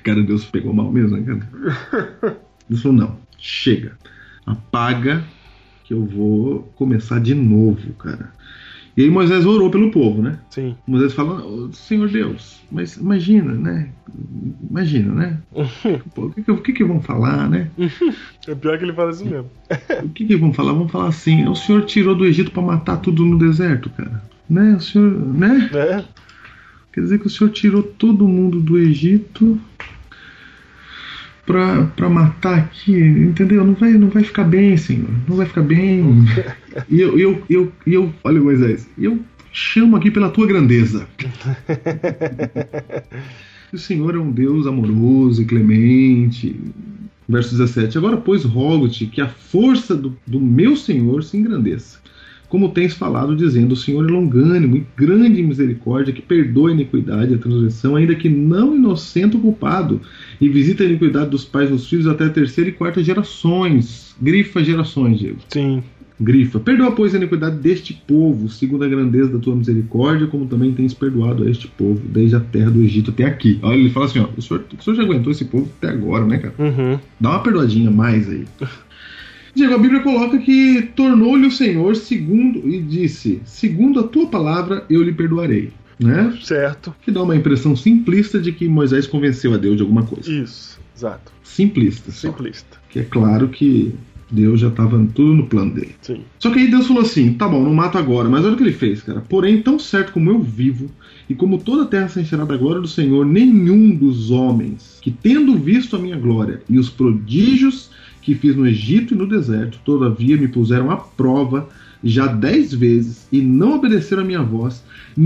Cara, Deus pegou mal mesmo, né, cara? Deus falou: não, chega, apaga, que eu vou começar de novo, cara. E aí Moisés orou pelo povo, né? Sim. Moisés fala, "Ô, Senhor Deus, mas imagina, né? Imagina, né? Pô, o que, que, o que que vão falar, né? É pior que ele fala isso mesmo. O que, que vão falar? Vão falar assim, o senhor tirou do Egito pra matar tudo no deserto, cara. Né? O senhor, né? É. Quer dizer que o senhor tirou todo mundo do Egito pra, pra matar aqui, entendeu? Não vai, não vai ficar bem, senhor. Não vai ficar bem. E eu, eu, eu, e eu olha, Moisés, e eu chamo aqui pela tua grandeza. O Senhor é um Deus amoroso e clemente. Verso 17. Agora, pois, rogo-te que a força do, do meu Senhor se engrandeça. Como tens falado, dizendo: O Senhor é longânimo e grande em misericórdia, que perdoa a iniquidade e a transgressão, ainda que não inocente o culpado, e visita a iniquidade dos pais dos filhos até a terceira e quarta gerações. Grifa gerações, Diego. Sim. Grifa. Perdoa, pois, a iniquidade deste povo, segundo a grandeza da tua misericórdia, como também tens perdoado a este povo, desde a terra do Egito até aqui. Olha, ele fala assim: ó, o senhor, o senhor já aguentou esse povo até agora, né, cara? Uhum. Dá uma perdoadinha a mais aí. Diego, a Bíblia coloca que tornou-lhe o Senhor segundo e disse: segundo a tua palavra eu lhe perdoarei. Né? Certo. Que dá uma impressão simplista de que Moisés convenceu a Deus de alguma coisa. Isso. Exato. Simplista. só. Simplista. Que é claro que Deus já estava tudo no plano dele. Sim. Só que aí Deus falou assim: tá bom, não mato agora, mas olha o que ele fez, cara. Porém, tão certo como eu vivo, e como toda a terra se encherá da glória do Senhor, nenhum dos homens que, tendo visto a minha glória e os prodígios que fiz no Egito e no deserto, todavia me puseram à prova já dez vezes e não obedeceram a minha voz,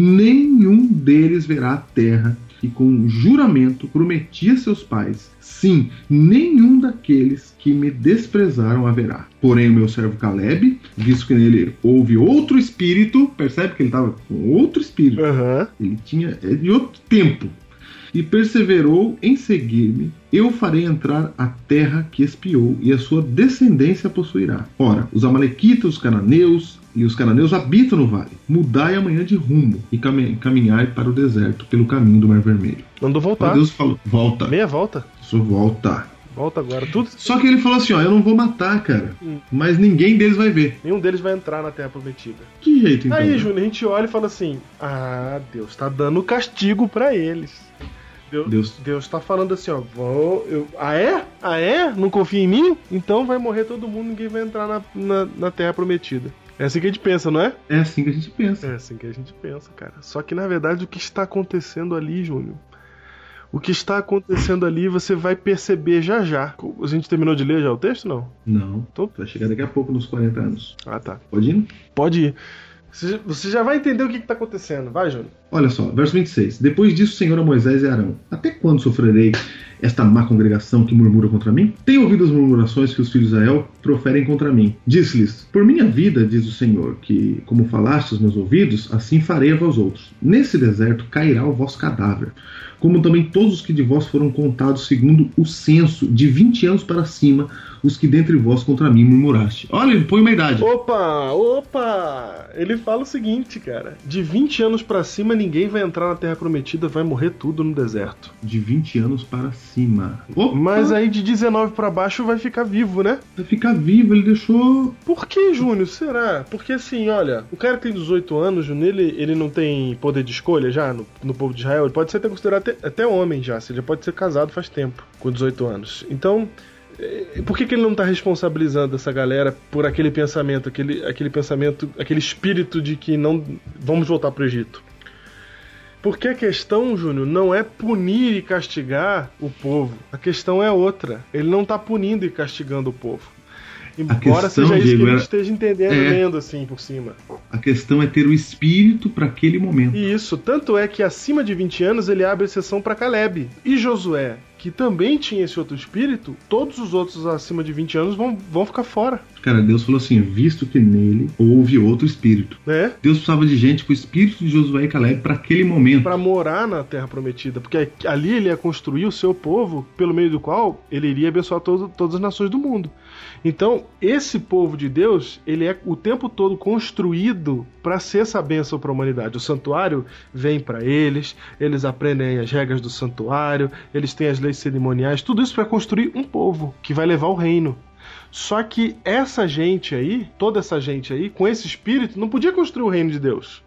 nenhum deles verá a terra que com um juramento prometi a seus pais. Sim, nenhum daqueles que me desprezaram haverá. Porém, o meu servo Caleb, visto que nele houve outro espírito, percebe que ele estava com outro espírito, Aham. ele tinha é de outro tempo. E perseverou em seguir-me, eu farei entrar a terra que espiou, e a sua descendência a possuirá. Ora, os Amalequitas, os Cananeus e os Cananeus habitam no vale. Mudai amanhã de rumo e cami- caminhai para o deserto, pelo caminho do Mar Vermelho. Mandou voltar. Aí Deus falou: volta, Meia volta. só volta. Volta agora. Tudo. Só que ele falou assim: ó, eu não vou matar, cara, Hum. mas ninguém deles vai ver. Nenhum deles vai entrar na Terra Prometida. Que jeito então? Aí, né? tá Júnior, a gente olha e fala assim: Ah, Deus tá dando castigo pra eles. Deus, Deus. Deus tá falando assim, ó. Vou, eu, ah é? Ah é? Não confia em mim? Então vai morrer todo mundo, ninguém vai entrar na, na, na Terra Prometida. É assim que a gente pensa, não é? É assim que a gente pensa. É assim que a gente pensa, cara. Só que na verdade o que está acontecendo ali, Júnior? O que está acontecendo ali você vai perceber já já. A gente terminou de ler já o texto, não? Não. Então- Vai chegar daqui a pouco nos 40 anos. Ah, tá. Pode ir? Pode ir. Você já- Você já vai entender o que está acontecendo. Vai, Júnior. Olha só, verso 26. Depois disso, Senhor a Moisés e Arão, até quando sofrerei esta má congregação que murmura contra mim? Tenho ouvido as murmurações que os filhos de Israel proferem contra mim. Disse-lhes: Por minha vida, diz o Senhor, que, como falaste aos meus ouvidos, assim farei a vós outros. Nesse deserto cairá o vosso cadáver, como também todos os que de vós foram contados segundo o censo, de 20 anos para cima, os que dentre vós contra mim murmuraste. Olha, ele põe uma idade. Opa, opa! Ele fala o seguinte, cara. De 20 anos pra cima, ninguém vai entrar na Terra Prometida, vai morrer tudo no deserto. De 20 anos para cima. Opa, Mas aí de 19 pra baixo vai ficar vivo, né? Vai ficar vivo, ele deixou Por que, Júnior? Será? Porque assim, olha, o cara que tem 18 anos, Júnior, ele, ele não tem poder de escolha já no, no povo de Israel. Ele pode ser até considerado até, até homem já, se ele já pode ser casado faz tempo, com 18 anos. Então, eh, por que, que ele não tá responsabilizando essa galera por aquele pensamento, aquele, aquele pensamento, aquele espírito de que não vamos voltar pro Egito? Porque a questão, Júnior, não é punir e castigar o povo. A questão é outra. Ele não tá punindo e castigando o povo. Embora questão, seja isso Diego, que a era- gente esteja entendendo, É. lendo assim por cima. A questão é ter o espírito para aquele momento. E isso, tanto é que acima de 20 anos ele abre exceção para Caleb. E Josué, que também tinha esse outro espírito, todos os outros acima de 20 anos vão, vão ficar fora, Cara, Deus falou assim: visto que nele houve outro espírito. né? Deus precisava de gente com o espírito de Josué e Caleb para aquele momento. Para morar na Terra Prometida, porque ali ele ia construir o seu povo, pelo meio do qual ele iria abençoar todo, todas as nações do mundo. Então, esse povo de Deus, ele é o tempo todo construído para ser essa bênção para a humanidade. O santuário vem para eles, eles aprendem as regras do santuário, eles têm as leis cerimoniais, tudo isso para construir um povo que vai levar o reino. Só que essa gente aí, toda essa gente aí, com esse espírito, não podia construir o reino de Deus.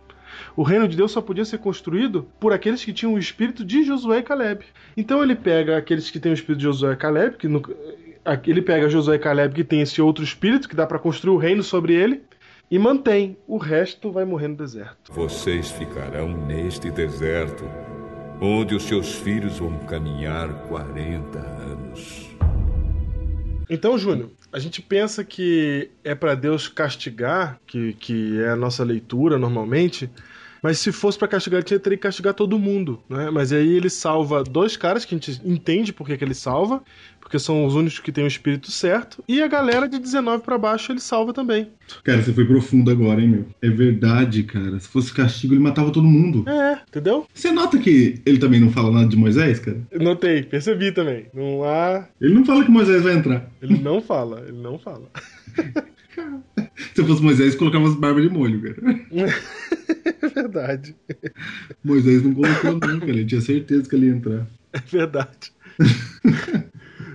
O reino de Deus só podia ser construído por aqueles que tinham o espírito de Josué e Caleb. Então ele pega aqueles que têm o espírito de Josué e Caleb, que no- ele pega Josué e Caleb que tem esse outro espírito que dá para construir o reino sobre ele e mantém. O resto vai morrer no deserto. Vocês ficarão neste deserto, onde os seus filhos vão caminhar 40 anos. Então, Júnior, a gente pensa que é para Deus castigar, que, que é a nossa leitura normalmente, mas se fosse para castigar, ele tinha- teria que castigar todo mundo, né? Mas aí ele salva dois caras que a gente entende por que que ele salva, porque são os únicos que têm o espírito certo, e a galera de 19 para baixo ele salva também. Cara, você foi profundo agora, hein, meu? É verdade, cara. Se fosse castigo, ele matava todo mundo. É, entendeu? Você nota que ele também não fala nada de Moisés, cara? Eu Notei, percebi também. Não há. Ele não fala que Moisés vai entrar. Ele não fala, ele não fala. Se eu fosse Moisés, colocava as barbas de molho, cara. É verdade, Moisés não colocou, não, cara. Ele tinha certeza que ele ia entrar. é verdade.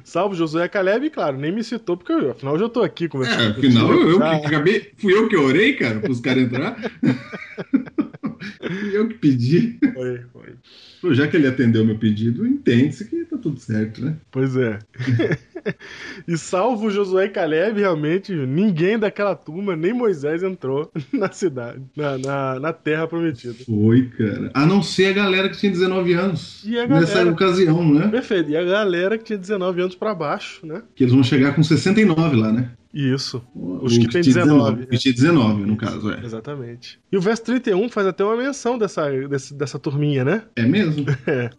Salvo Josué Caleb, e claro, nem me citou, porque eu- afinal eu já tô aqui É, conversando. afinal, contigo, eu, eu tá? que acabei. Fui eu que orei, cara, pros caras entrar. Fui eu que pedi. Foi, foi. Pô, já que ele atendeu meu pedido, entende-se que tá tudo certo, né? Pois é. e salvo Josué e Caleb, realmente, ninguém daquela turma, nem Moisés, entrou na cidade, na, na, na terra prometida. Foi, cara. A não ser a galera que tinha 19 anos. E a galera? Nessa ocasião, né? Perfeito. E a galera que tinha 19 anos pra baixo, né? Que eles vão chegar com 69 lá, né? Isso. O- Os o que têm né? tinha 19. O que tinha 19, no caso, é. Exatamente. E o verso 31 faz até uma menção dessa, desse- dessa turminha, né? É mesmo? É.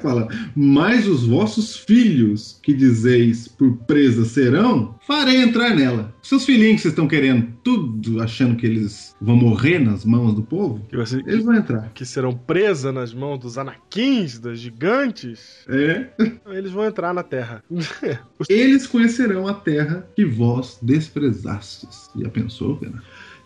Fala, mas os vossos filhos que dizeis por presa serão, farei entrar nela. Seus filhinhos que vocês estão querendo tudo, achando que eles vão morrer nas mãos do povo, Que, vai ser- eles vão entrar. que serão presas nas mãos dos anaquins, dos gigantes. É. Eles vão entrar na terra. Eles conhecerão a terra que vós desprezastes. Já pensou, cara?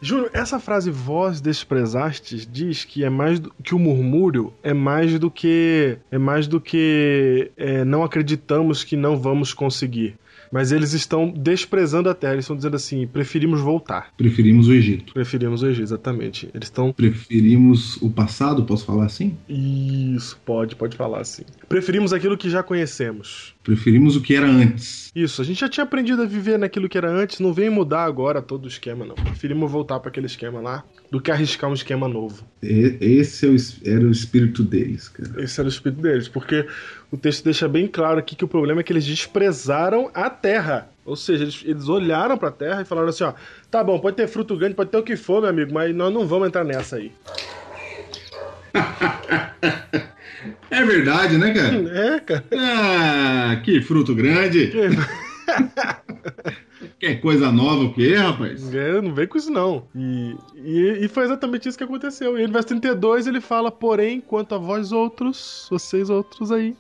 Júnior, essa frase vós desprezastes diz que é mais do, que o murmúrio é mais do que é mais do que é, não acreditamos que não vamos conseguir. Mas eles estão desprezando a terra, eles estão dizendo assim: preferimos voltar. Preferimos o Egito. Preferimos o Egito, exatamente. Eles estão. Preferimos o passado, posso falar assim? Isso, pode, pode falar assim. Preferimos aquilo que já conhecemos. Preferimos o que era antes. Isso, a gente já tinha aprendido a viver naquilo que era antes, não vem mudar agora todo o esquema, não. Preferimos voltar para aquele esquema lá do que arriscar um esquema novo. E- Esse é o es- era o espírito deles, cara. Esse era o espírito deles, porque o texto deixa bem claro aqui que o problema é que eles desprezaram a terra. Ou seja, eles, eles olharam pra terra e falaram assim: ó, tá bom, pode ter fruto grande, pode ter o que for, meu amigo, mas nós não vamos entrar nessa aí. É verdade, né, cara? É, cara. Ah, que fruto grande! Quer coisa nova o quê, rapaz? É, não vem com isso, não. E, e, e foi exatamente isso que aconteceu. E no verso 32 ele fala: Porém, quanto a vós outros, vocês outros aí,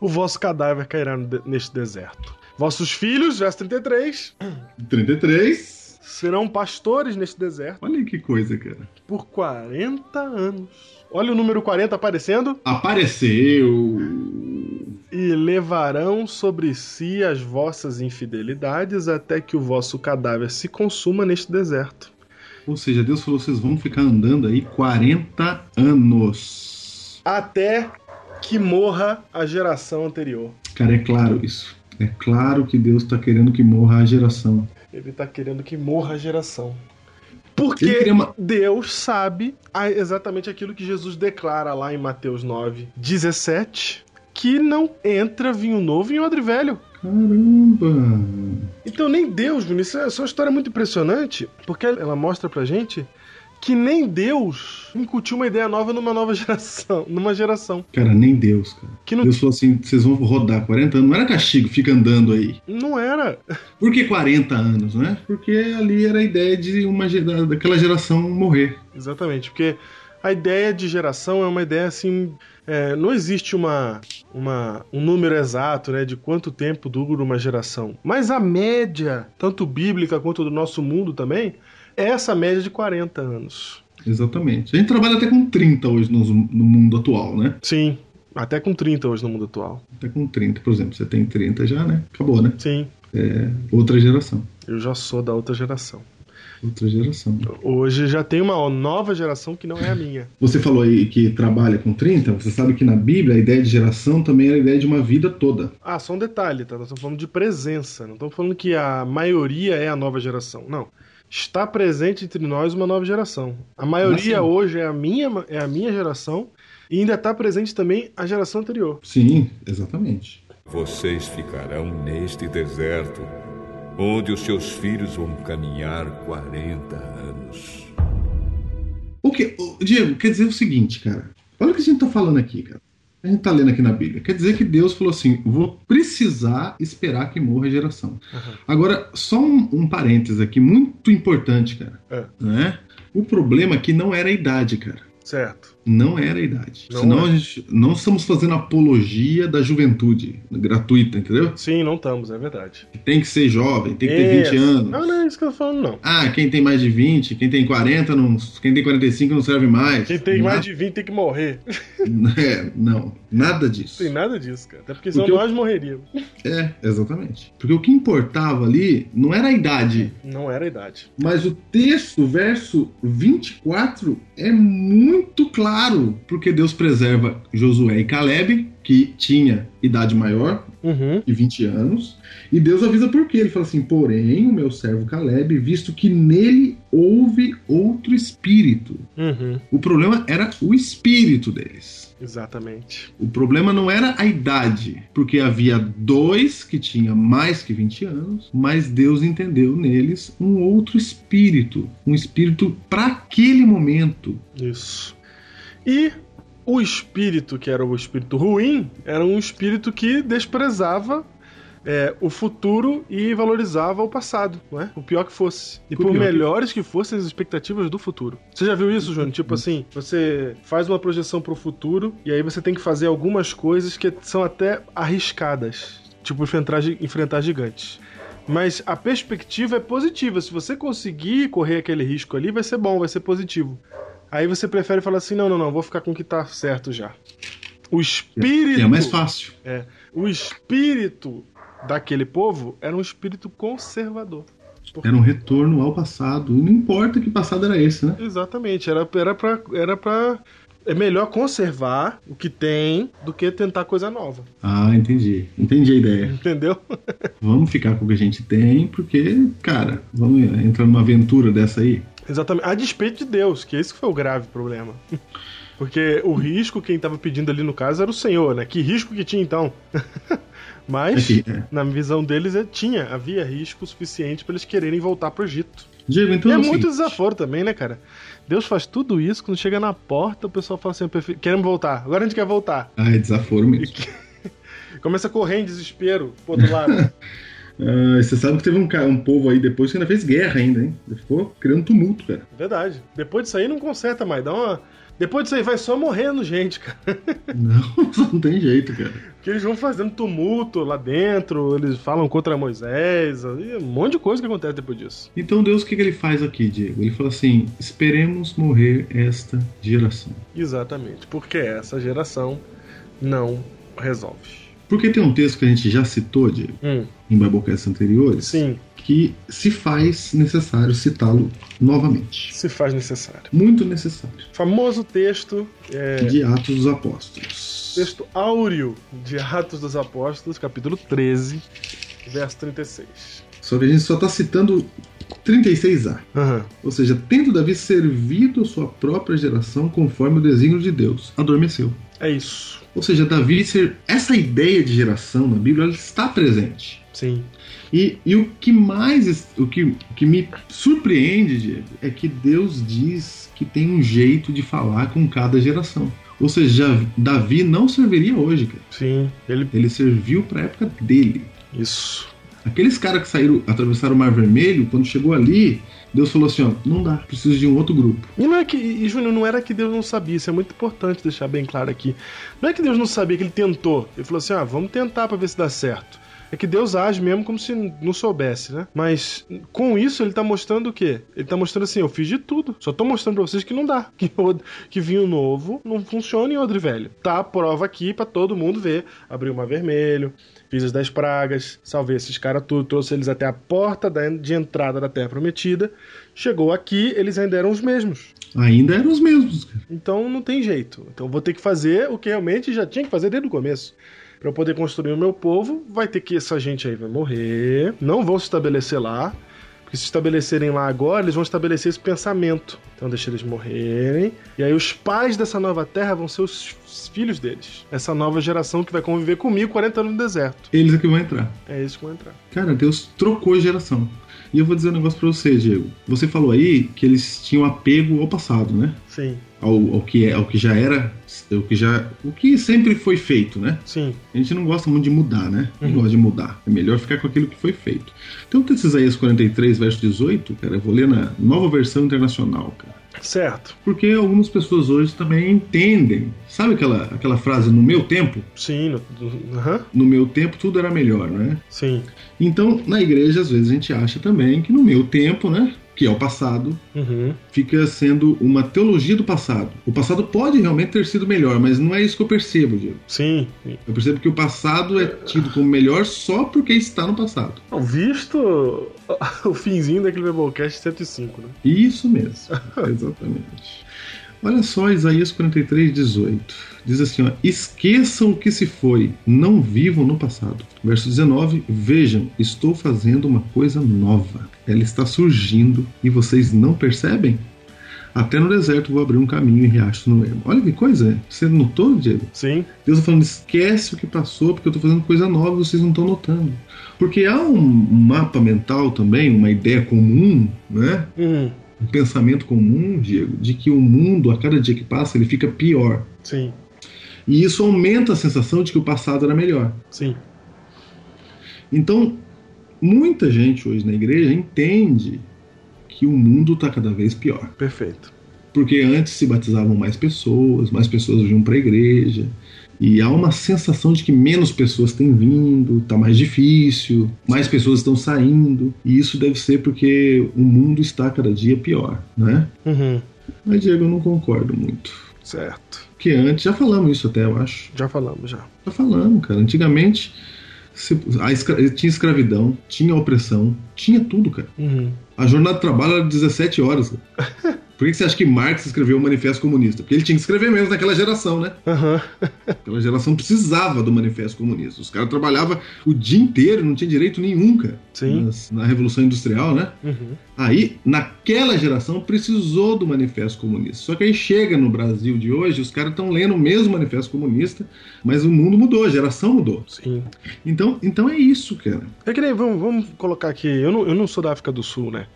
o vosso cadáver cairá no de- neste deserto. Vossos filhos, verso 33, 33. serão pastores neste deserto Olha que coisa, cara. por 40 anos. Olha o número 40 aparecendo. Apareceu. E levarão sobre si as vossas infidelidades até que o vosso cadáver se consuma neste deserto. Ou seja, Deus falou: vocês vão ficar andando aí 40 anos. Até que morra a geração anterior. Cara, é claro isso. É claro que Deus tá querendo que morra a geração. Ele tá querendo que morra a geração. Ele Porque queria ma- Deus sabe a- exatamente aquilo que Jesus declara lá em Mateus 9, 17, que não entra vinho novo em odre velho. Caramba! Então nem Deus, Vinícius, isso é só uma história muito impressionante, porque ela mostra pra gente que nem Deus incutiu uma ideia nova numa nova geração, numa geração Cara, nem Deus, cara. que não, Deus falou assim: vocês vão rodar 40 anos. Não era castigo, fica andando aí. não era. Por que 40 anos, né? Porque ali era a ideia de uma gera- daquela geração morrer. Exatamente, porque a ideia de geração é uma ideia assim. é, não existe uma, uma, um número exato né, de quanto tempo dura uma geração. Mas a média, tanto bíblica quanto do nosso mundo também, é essa média de 40 anos. Exatamente. A gente trabalha até com 30 hoje no, no mundo atual, né? Sim, até com 30 hoje no mundo atual. Até com 30, por exemplo. Você tem 30 já, né? Acabou, né? Sim, Outra geração. eu já sou da outra geração. Outra geração. Hoje já tem uma nova geração que não é a minha. Você falou aí que trabalha com 30, você sabe que na Bíblia a ideia de geração também era a ideia de uma vida toda. Ah, só um detalhe, tá? Nós estamos falando de presença. Não estamos falando que a maioria é a nova geração. Não. Está presente entre nós uma nova geração. A maioria Nossa. hoje é a minha, é a minha geração e ainda está presente também a geração anterior. Sim, exatamente. Vocês ficarão neste deserto, onde os seus filhos vão caminhar 40 anos. O que, o- Diego, quer dizer o seguinte, cara. Olha o que a gente tá falando aqui, cara. A gente tá lendo aqui na Bíblia. Quer dizer que Deus falou assim: vou precisar esperar que morra a geração. Uhum. Agora, só um, um parênteses aqui, muito importante, cara. É. Né? O problema aqui não era a idade, cara. Certo. Não era a idade. Não Senão é. a gente não estamos fazendo apologia da juventude gratuita, entendeu? Sim, não estamos, é verdade. Tem que ser jovem, tem que ter 20 Isso. anos. Não, não é isso que eu tô falando, não. Ah, quem tem mais de 20, quem tem 40, não, quem tem 45 não serve mais. Quem tem Nada- mais de 20 tem que morrer. Não É, não, nada disso. tem nada disso, cara. Até porque senão Porque eu- nós morreríamos. É, exatamente. Porque o que importava ali não era a idade, Não era a idade. mas o texto, o verso 24, é muito claro, porque Deus preserva Josué e Caleb, que tinha idade maior, Uhum. de 20 anos. E Deus avisa por quê? Ele fala assim: porém, o meu servo Caleb, visto que nele houve outro espírito. Uhum. O problema era o espírito deles. Exatamente. O problema não era a idade, porque havia dois que tinha mais que 20 anos, mas Deus entendeu neles um outro espírito, um espírito para aquele momento. Isso. E o espírito, que era o espírito ruim, era um espírito que desprezava é, o futuro e valorizava o passado, não é? O pior que fosse. E O por pior. melhores que fossem as expectativas do futuro. Você já viu isso, Júnior? Tipo assim, você faz uma projeção pro futuro e aí você tem que fazer algumas coisas que são até arriscadas. Tipo, enfrentar, gi- enfrentar gigantes. Mas a perspectiva é positiva. Se você conseguir correr aquele risco ali, vai ser bom, vai ser positivo. Aí você prefere falar assim: não, não, não, vou ficar com o que tá certo já. O E espírito. é mais fácil. O espírito daquele povo era um espírito conservador. Era um retorno ao passado. Não importa que passado era esse, né? Exatamente, era, era, pra, era pra. É melhor conservar o que tem do que tentar coisa nova. Ah, entendi. Entendi a ideia. Entendeu? Vamos ficar com o que a gente tem, porque, cara, vamos entrar numa aventura dessa aí. Exatamente. A despeito de Deus, que esse que foi o grave problema. Porque o risco quem tava pedindo ali no caso era o Senhor, né? Que risco que tinha então? Mas, Aqui, é. na visão deles, é- tinha, havia risco suficiente pra eles quererem voltar pro Egito. Diego, então E é o seguinte, muito desaforo também, né, cara? Deus faz tudo isso, quando chega na porta, o pessoal fala assim: "Prefe- queremos voltar, agora a gente quer voltar. Ah, é desaforo mesmo. Começa a correr em desespero pro outro lado. É Ah, você sabe que teve um, ca- um povo aí depois que ainda fez guerra ainda, hein? Ficou criando tumulto, cara. Verdade. Depois disso aí não conserta mais, dá uma. Depois disso aí vai só morrendo gente, cara. Não, só não tem jeito, cara. Que eles vão fazendo tumulto lá dentro, eles falam contra Moisés, e um monte de coisa que acontece depois disso. Então Deus, o que, que ele faz aqui, Diego? Ele fala assim, esperemos morrer esta geração. Exatamente, porque essa geração não resolve. Porque tem um texto que a gente já citou, Diego, Hum, em Biblecasts anteriores, sim, que se faz necessário citá-lo novamente. se faz necessário. Muito necessário. Famoso texto, é, De Atos dos Apóstolos. texto áureo de Atos dos Apóstolos, capítulo 13, verso 36. Só que a gente só está citando 36A. Aham. Ou seja, tendo Davi servido a sua própria geração conforme o desígnio de Deus, adormeceu. É isso. Ou seja, Davi ser essa ideia de geração na Bíblia ela está presente. Sim. E, e o que mais es- o que, o que me surpreende Diego, é que Deus diz que tem um jeito de falar com cada geração. Ou seja, Davi não serviria hoje, cara. Sim. Ele. Ele serviu para a época dele. Isso. Aqueles caras que saíram, atravessaram o Mar Vermelho, quando chegou ali, Deus falou assim: ó, não dá, preciso de um outro grupo. E não é que, e Júnior, não era que Deus não sabia, isso é muito importante deixar bem claro aqui. Não é que Deus não sabia que ele tentou. Ele falou assim: ah, vamos tentar pra ver se dá certo. É que Deus age mesmo como se não soubesse, né? Mas com isso ele tá mostrando o quê? Ele tá mostrando assim: eu fiz de tudo. Só tô mostrando pra vocês que não dá. Que, o- que vinho novo não funciona em odre velho. Tá a prova aqui pra todo mundo ver. Abri o mar vermelho, fiz as dez pragas, salvei esses caras tudo, trouxe eles até a porta da- de entrada da terra prometida. Chegou aqui, eles ainda eram os mesmos. Ainda eram os mesmos, cara. Então não tem jeito. Então eu vou ter que fazer o que realmente já tinha que fazer desde o começo. Pra eu poder construir o meu povo, vai ter que essa gente aí vai morrer, não vão se estabelecer lá. Porque se estabelecerem lá agora, eles vão estabelecer esse pensamento. Então deixa eles morrerem. E aí os pais dessa nova terra vão ser os filhos deles. Essa nova geração que vai conviver comigo 40 anos no deserto. Eles é que vão entrar. É isso que vai entrar. Cara, Deus trocou geração. E eu vou dizer um negócio pra você, Diego. Você falou aí que eles tinham apego ao passado, né? Sim, Ao, ao que é, ao que já era, o que já, o que sempre foi feito, né? sim. A gente não gosta muito de mudar, né? Não gosta de mudar. É melhor ficar com aquilo que foi feito. Então, tem Isaías 43, verso 18, cara, eu vou ler na nova versão internacional, cara. Certo. Porque algumas pessoas hoje também entendem. Sabe aquela, aquela frase, no meu tempo? Sim. no- no- Aham. No meu tempo tudo era melhor, né? Sim. Então, na igreja, às vezes a gente acha também que no meu tempo, né? Que é o passado, Uhum. fica sendo uma teologia do passado. O passado pode realmente ter sido melhor, mas não é isso que eu percebo, Diego. Sim. Eu percebo que o passado é tido como melhor só porque está no passado. Não, visto o finzinho daquele Biblecast 105, né? Isso mesmo, exatamente. Olha só Isaías 43, 18. Diz assim: ó, Esqueçam o que se foi, não vivam no passado. Verso 19: Vejam, estou fazendo uma coisa nova. Ela está surgindo e vocês não percebem? Até no deserto vou abrir um caminho e riacho no ermo. Olha que coisa, você notou, Diego? Sim, Deus tá falando, esquece o que passou, porque eu tô fazendo coisa nova e vocês não estão notando. Porque há um mapa mental também, uma ideia comum, né? Uhum, Um pensamento comum, Diego, de que o mundo, a cada dia que passa, ele fica pior. sim, E isso aumenta a sensação de que o passado era melhor. sim. Então, muita gente hoje na igreja entende que o mundo tá cada vez pior. Perfeito. porque antes se batizavam mais pessoas, mais pessoas vinham para a igreja. E há uma sensação de que menos pessoas têm vindo, tá mais difícil, mais pessoas estão saindo, e isso deve ser porque o mundo está cada dia pior, né? Uhum, Mas Diego, eu não concordo muito. certo. Porque antes, já falamos isso até, eu acho. Já falamos, já. Já falamos, cara. Antigamente se- a escra- tinha escravidão, tinha opressão, tinha tudo, cara. Uhum. A jornada de trabalho era 17 horas. cara. Por que que você acha que Marx escreveu o Manifesto Comunista? Porque ele tinha que escrever mesmo naquela geração, né? Aham. Aquela geração precisava do Manifesto Comunista. Os caras trabalhavam o dia inteiro, não tinha direito nenhum, cara. Sim. Nas- na Revolução Industrial, né? Uhum. Aí, naquela geração, precisou do Manifesto Comunista. Só que aí chega no Brasil de hoje, os caras estão lendo o mesmo Manifesto Comunista, mas o mundo mudou, a geração mudou. Sim. Então, então é isso, cara. É que nem, vamos, vamos colocar aqui, eu não, eu não sou da África do Sul, né?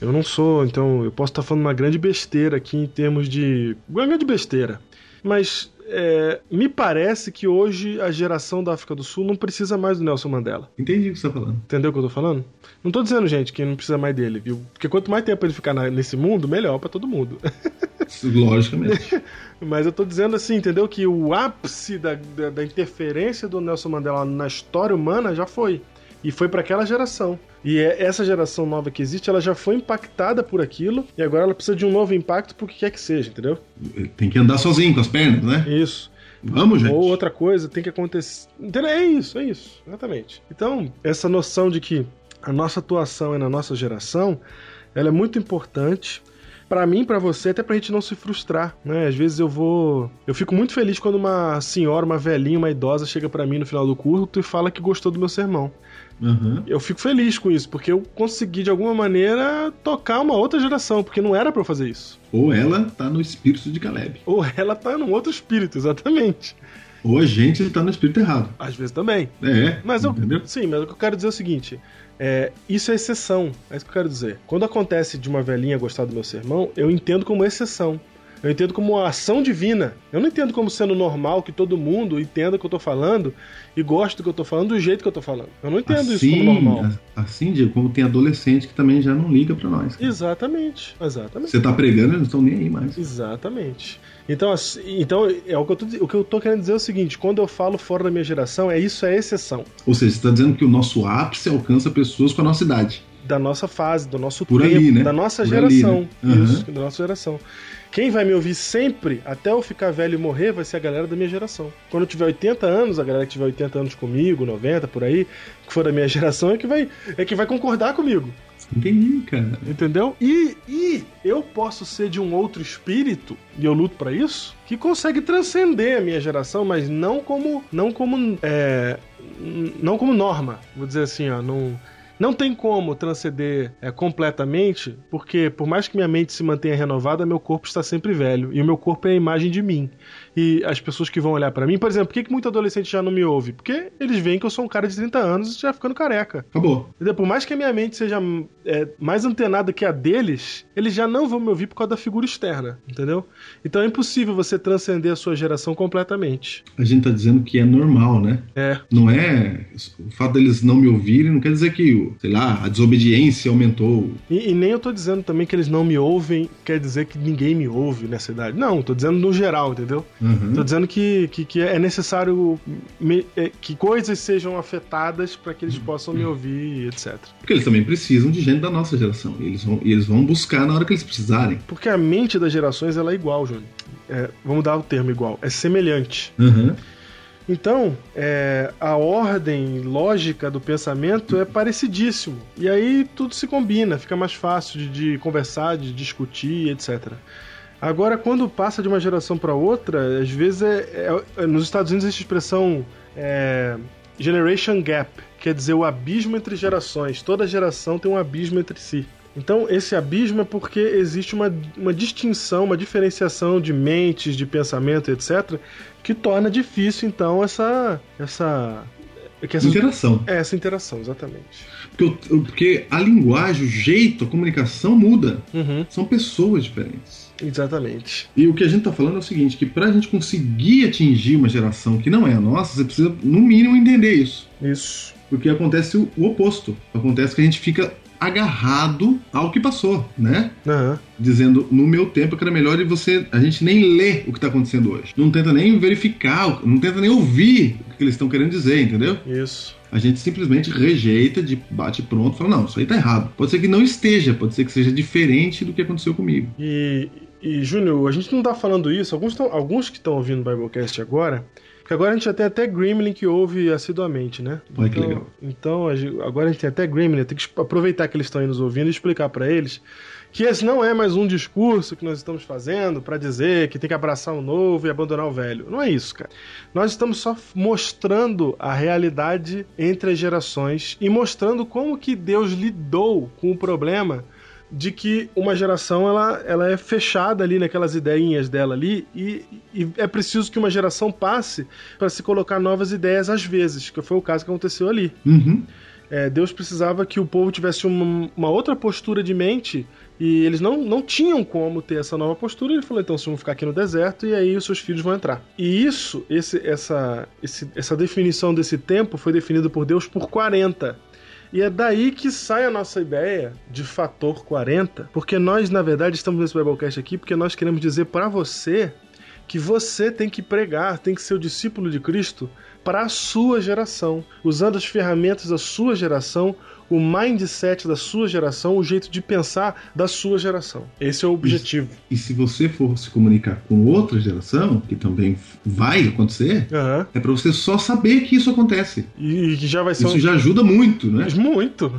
Eu não sou, então eu posso estar falando uma grande besteira aqui em termos de. Uma grande besteira. Mas é, me parece que hoje a geração da África do Sul não precisa mais do Nelson Mandela. Entendi o que você está falando. Entendeu o que eu tô falando? Não tô dizendo, gente, que não precisa mais dele, viu? Porque quanto mais tempo ele ficar na- nesse mundo, melhor pra todo mundo. É, Logicamente. Mas eu tô dizendo assim, entendeu? Que o ápice da, da, da interferência do Nelson Mandela na história humana já foi. E foi para aquela geração. E é- essa geração nova que existe, ela já foi impactada por aquilo. E agora ela precisa de um novo impacto pro que quer que seja, entendeu? Tem que andar sozinho com as pernas, né? Isso. Vamos, gente. Ou outra coisa tem que acontecer. Entendeu? É isso, é isso. Exatamente. Então, essa noção de que a nossa atuação é na nossa geração, ela é muito importante. Pra mim, pra você, até pra gente não se frustrar, né? Às vezes eu vou. Eu fico muito feliz quando uma senhora, uma velhinha, uma idosa chega pra mim no final do curso e fala que gostou do meu sermão. Aham. Eu fico feliz com isso, porque eu consegui, de alguma maneira, tocar uma outra geração, porque não era pra eu fazer isso. Ou ela tá no espírito de Caleb. Ou ela tá num outro espírito, exatamente. Ou a gente tá no espírito errado. Às vezes também. É. Mas eu, entendeu? sim, mas o que eu quero dizer é o seguinte: é, isso é exceção. É isso que eu quero dizer. Quando acontece de uma velhinha gostar do meu sermão, eu entendo como exceção. Eu entendo como uma ação divina. Eu não entendo como sendo normal que todo mundo entenda o que eu tô falando e goste do que eu tô falando do jeito que eu tô falando. Eu não entendo isso como normal. a- assim, Diego, como tem adolescente que também já não liga pra nós. cara. Exatamente, exatamente. Você tá pregando, eles não estão nem aí mais. Exatamente. Então, assim, então é o que, eu tô, diz- o que eu tô querendo dizer é o seguinte: quando eu falo fora da minha geração, é isso é exceção. Ou seja, você está dizendo que o nosso ápice alcança pessoas com a nossa idade. da nossa fase, do nosso Por tempo, ali, né? da nossa Por geração. ali, né? Isso, da nossa geração. Quem vai me ouvir sempre, até eu ficar velho e morrer, vai ser a galera da minha geração. Quando eu tiver 80 anos, a galera que tiver 80 anos comigo, 90, por aí, que for da minha geração, é que vai, é que vai concordar comigo. Entendi, cara. Entendeu? E, e eu posso ser de um outro espírito, e eu luto pra isso, que consegue transcender a minha geração, mas não como. não como. é, n- não como norma. Vou dizer assim, ó. Não, não tem como transcender é, completamente, porque por mais que minha mente se mantenha renovada, meu corpo está sempre velho. E o meu corpo é a imagem de mim. E as pessoas que vão olhar pra mim, por exemplo, por que, que muito adolescente já não me ouve? Porque eles veem que eu sou um cara de 30 anos e já ficando careca. Acabou. Entendeu? Por mais que a minha mente seja é, mais antenada que a deles, eles já não vão me ouvir por causa da figura externa, entendeu? Então é impossível você transcender a sua geração completamente. A gente tá dizendo que é normal, né? É, Não é. O fato deles não me ouvirem não quer dizer que, o- sei lá, a desobediência aumentou. e, e nem eu tô dizendo também que eles não me ouvem, quer dizer que ninguém me ouve nessa idade. Não, tô dizendo no geral, entendeu? Aham. Tô dizendo que, que, que é necessário me- é, que coisas sejam afetadas para que eles possam me ouvir, etc. Porque eles também precisam de gente da nossa geração. E eles vão, e eles vão buscar na hora que eles precisarem. Porque a mente das gerações ela é igual, Júnior. É, vamos dar o termo igual, é semelhante. Aham. Então, é, a ordem lógica do pensamento é parecidíssimo. E aí tudo se combina, fica mais fácil de, de conversar, de discutir, etc. Agora, quando passa de uma geração para outra, às vezes é, é- é- nos Estados Unidos existe a expressão é, generation gap, quer dizer o abismo entre gerações. Toda geração tem um abismo entre si. Então, esse abismo é porque existe uma, uma distinção, uma diferenciação de mentes, de pensamento, etc., que torna difícil, então, essa. essa. Que essas- Interação. é, essa interação, exatamente. Porque, o- o- porque a linguagem, o jeito, a comunicação muda. Uhum, São pessoas diferentes. exatamente. E o que a gente tá falando é o seguinte, que pra gente conseguir atingir uma geração que não é a nossa, você precisa, no mínimo, entender isso. Isso. Porque acontece o, o oposto. Acontece que a gente fica agarrado ao que passou, né? Aham. Dizendo, no meu tempo que era melhor e você... A gente nem lê o que tá acontecendo hoje. Não tenta nem verificar, não tenta nem ouvir o que eles estão querendo dizer, entendeu? Isso. A gente simplesmente rejeita, de bate pronto, fala, não, isso aí tá errado. Pode ser que não esteja, pode ser que seja diferente do que aconteceu comigo. E, e Júnior, a gente não tá falando isso, alguns, tão- alguns que estão ouvindo o Biblecast agora Porque agora a gente já tem até Gremlin que ouve assiduamente, né? Olha que então, legal. Então a gente- agora a gente tem até Gremlin, tem que es- aproveitar que eles estão aí nos ouvindo e explicar pra eles que esse não é mais um discurso que nós estamos fazendo pra dizer que tem que abraçar o novo e abandonar o velho. Não é isso, cara. Nós estamos só f- mostrando a realidade entre as gerações e mostrando como que Deus lidou com o problema de que uma geração ela, ela é fechada ali naquelas ideinhas dela ali e, e é preciso que uma geração passe para se colocar novas ideias às vezes, que foi o caso que aconteceu ali. Uhum. É, Deus precisava que o povo tivesse uma, uma outra postura de mente e eles não, não tinham como ter essa nova postura. Ele falou: então vocês vão ficar aqui no deserto e aí os seus filhos vão entrar. E isso, esse- essa, esse- essa definição desse tempo foi definida por Deus por 40. E é daí que sai a nossa ideia de fator 40, porque nós, na verdade, estamos nesse Biblecast aqui porque nós queremos dizer para você que você tem que pregar, tem que ser o discípulo de Cristo para a sua geração, usando as ferramentas da sua geração, o mindset da sua geração, o jeito de pensar da sua geração. Esse é o objetivo. E se você for se comunicar com outra geração, que também vai acontecer, Aham. é pra você só saber que isso acontece. E, e que já vai ser Isso já ajuda muito, né? um... muito,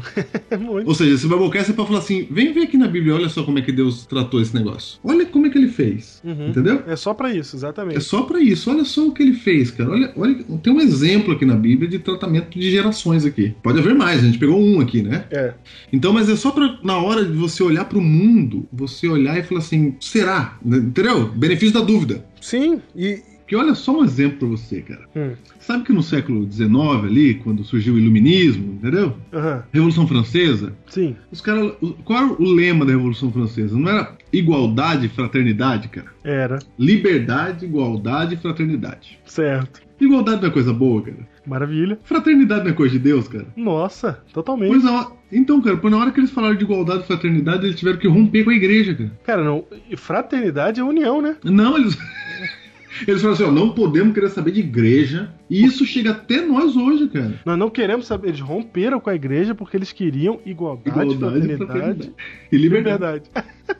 muito. Ou seja, esse Biblecast é pra falar assim: vem ver aqui na Bíblia, olha só como é que Deus tratou esse negócio. Olha como é que ele fez. Uhum. Entendeu? É só para isso, É exatamente. só pra isso, olha só o que ele fez, cara. Olha, olha, tem um exemplo aqui na Bíblia de tratamento de gerações aqui. Pode haver mais, a gente pegou um aqui, né? É. Então, mas é só pra, na hora de você olhar pro mundo, você olhar e falar assim: será? Entendeu? Benefício da dúvida. Sim, e. Porque olha só um exemplo pra você, cara. Hum. Sabe que no século XIX ali, quando surgiu o iluminismo, entendeu? Aham. Revolução Francesa, Sim. os caras. o- Qual era o lema da Revolução Francesa? Não era igualdade, fraternidade, cara? Era. Liberdade, igualdade e fraternidade. Certo. Igualdade não é coisa boa, cara. Maravilha. Fraternidade não é coisa de Deus, cara. Nossa, totalmente. Pois na hora- Então, cara, pois na hora que eles falaram de igualdade e fraternidade, eles tiveram que romper com a igreja, cara. Cara, não. Fraternidade é união, né? Não, eles. Eles falaram assim, ó, não podemos querer saber de igreja. E isso chega até nós hoje, cara. Nós não queremos saber. Eles romperam com a igreja porque eles queriam igualdade, Igualdade, fraternidade fraternidade. E e liberdade. liberdade.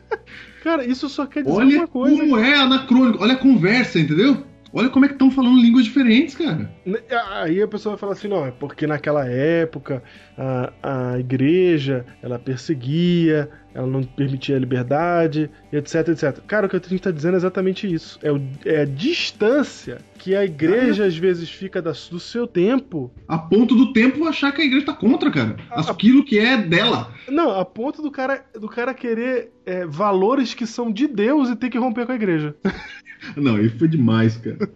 Cara, isso só quer dizer Olha uma coisa. como é anacrônico. Olha a conversa, entendeu? Olha como é que estão falando línguas diferentes, cara. Né, Aí a pessoa vai falar assim, não, é porque naquela época a, a igreja, ela perseguia, ela não permitia a liberdade, etc, etc. Cara, o que o Trinho tá dizendo é exatamente isso. É, o- é a distância que a igreja às vezes fica da- do seu tempo. A ponto do tempo achar que a igreja tá contra, cara. Ah. Aquilo que é dela. Não, a ponto do cara, do cara querer é, valores que são de Deus e ter que romper com a igreja. Não, ele foi demais, cara.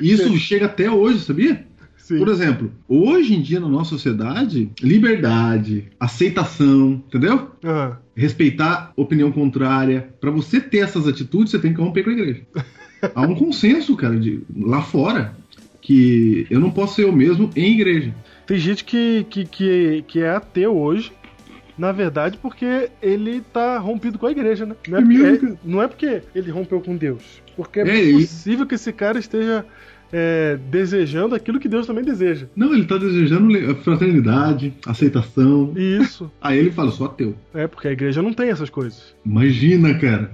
E Isso chega até hoje, sabia? Sim. Por exemplo, hoje em dia na nossa sociedade, liberdade, aceitação, entendeu? Aham. Respeitar opinião contrária. Pra você ter essas atitudes, você tem que romper com a igreja. Há um consenso, cara, de, lá fora, que eu não posso ser eu mesmo em igreja. Tem gente que, que, que, que é ateu hoje, na verdade, porque ele tá rompido com a igreja, né? Não é, É porque, mesmo, cara. não é porque ele rompeu com Deus. Porque É, é e- possível que esse cara esteja é, desejando aquilo que Deus também deseja. Não, ele tá desejando le- fraternidade, aceitação. E isso. Aí ele fala, sou ateu. É porque a igreja não tem essas coisas. Imagina, cara.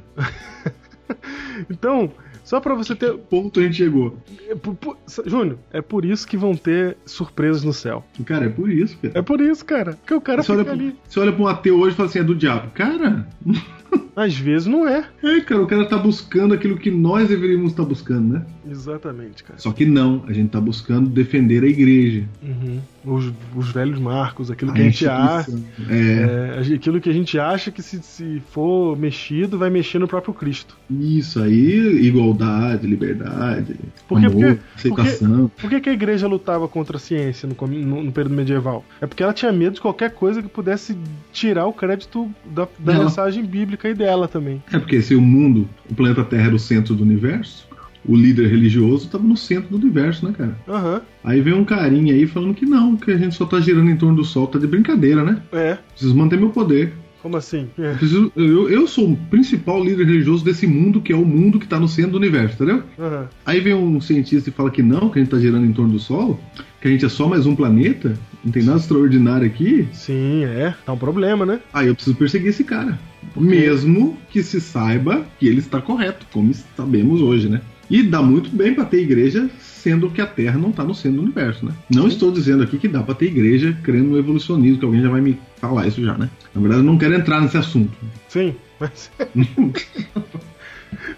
Então, só pra você ter. Que ponto a gente chegou. é por- por- Júnior, é por isso que vão ter surpresas no céu. Cara, é por isso, cara. É por isso, cara. Porque o cara Você fica olha, pro- ali. você olha pra um ateu hoje e fala assim, é do diabo. Cara, Às vezes não é. é, cara, o cara tá buscando aquilo que nós deveríamos estar buscando, né? Exatamente, cara. Só que não, a gente tá buscando defender a igreja. Uhum. Os, os velhos marcos, aquilo A que a gente acha. instituição. É, É, aquilo que a gente acha que se, se for mexido, vai mexer no próprio Cristo. isso aí, igualdade, liberdade, Porque- amor, porque- aceitação. Por que, que a igreja lutava contra a ciência no, comi- no- no período medieval? É porque ela tinha medo de qualquer coisa que pudesse tirar o crédito da, da Dela. mensagem bíblica e dela também. É porque se o mundo, o planeta Terra era o centro do universo, o líder religioso tava no centro do universo, né, cara? Aham, Aí vem um carinha aí falando que não, que a gente só tá girando em torno do sol, tá de brincadeira, né? é. Preciso manter meu poder. Como assim? É. Preciso- Eu, eu sou o principal líder religioso desse mundo, que é o mundo que está no centro do universo, entendeu? aham. Aí vem um cientista e fala que não, que a gente está girando em torno do Sol, que a gente é só mais um planeta, não tem nada extraordinário aqui. Sim, é. Tá um problema, né? Aí eu preciso perseguir esse cara. Mesmo que se saiba que ele está correto, como sabemos hoje, né? E dá muito bem para ter igreja, sendo que a Terra não está no centro do universo, né? Não estou dizendo aqui que dá para ter igreja crendo no evolucionismo, que alguém já vai me falar isso já, né? Na verdade, eu não quero entrar nesse assunto. Sim, mas.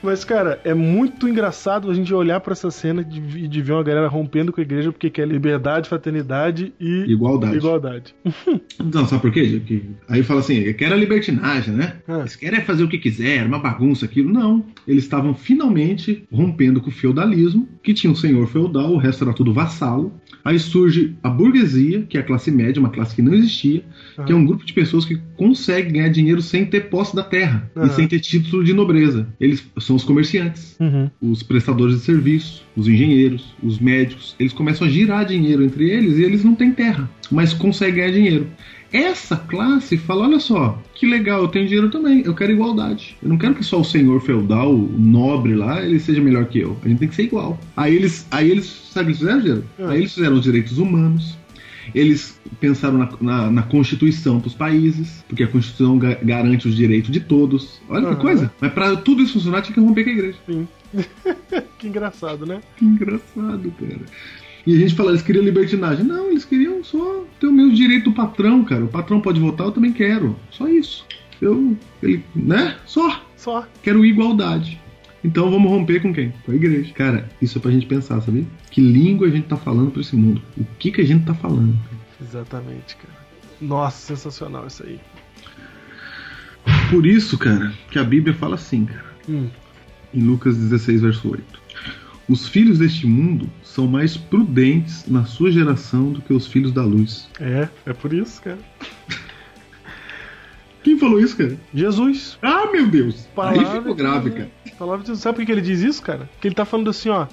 Mas, cara, é muito engraçado a gente olhar pra essa cena e de, de ver uma galera rompendo com a igreja porque quer liberdade, fraternidade e Igualdade. igualdade. Não, sabe por quê? Diego? Que aí fala assim, eu quero a libertinagem, né? Ah. Eles querem é fazer o que quiser, era uma bagunça aquilo. Não. Eles estavam finalmente rompendo com o feudalismo, que tinha um senhor feudal, o resto era tudo vassalo. Aí surge a burguesia, que é a classe média, uma classe que não existia, que é um grupo de pessoas que consegue ganhar dinheiro sem ter posse da terra Ah. e sem ter título de nobreza. Eles são os comerciantes Uhum. os prestadores de serviço, os engenheiros, os médicos, eles começam a girar dinheiro entre eles e eles não têm terra, mas conseguem ganhar dinheiro. Essa classe fala: olha só, que legal, eu tenho dinheiro também, eu quero igualdade. Eu não quero que só o senhor feudal, o nobre lá, ele seja melhor que eu. A gente tem que ser igual. Aí eles, aí eles sabe o que eles fizeram, Diego? Ah. Aí eles fizeram os direitos humanos, eles pensaram na, na- na Constituição para os países, porque a Constituição ga- garante os direitos de todos. Olha Aham. que coisa. Mas para tudo isso funcionar, tinha que romper com a igreja. Que engraçado, né? Que engraçado, cara. E a gente fala, eles queriam libertinagem. Não, eles queriam só ter o mesmo direito do patrão, cara. O patrão pode votar, eu também quero. Só isso. Eu, ele, né? Só. Só. Quero igualdade. Então vamos romper com quem? Com a igreja. Cara, isso é pra gente pensar, sabe? Que língua a gente tá falando pra esse mundo? O que que a gente tá falando? Exatamente, cara. Nossa, sensacional isso aí. Por isso, cara, que a Bíblia fala assim, cara. Hum. Em Lucas 16, verso 8. Os filhos deste mundo são mais prudentes na sua geração do que os filhos da luz. É, é por isso, cara. Quem falou isso, cara? Jesus, Ah, meu Deus! Palavra Aí ficou grave, cara. palavra de Deus. Sabe por que que ele diz isso, cara? Que ele tá falando assim, ó.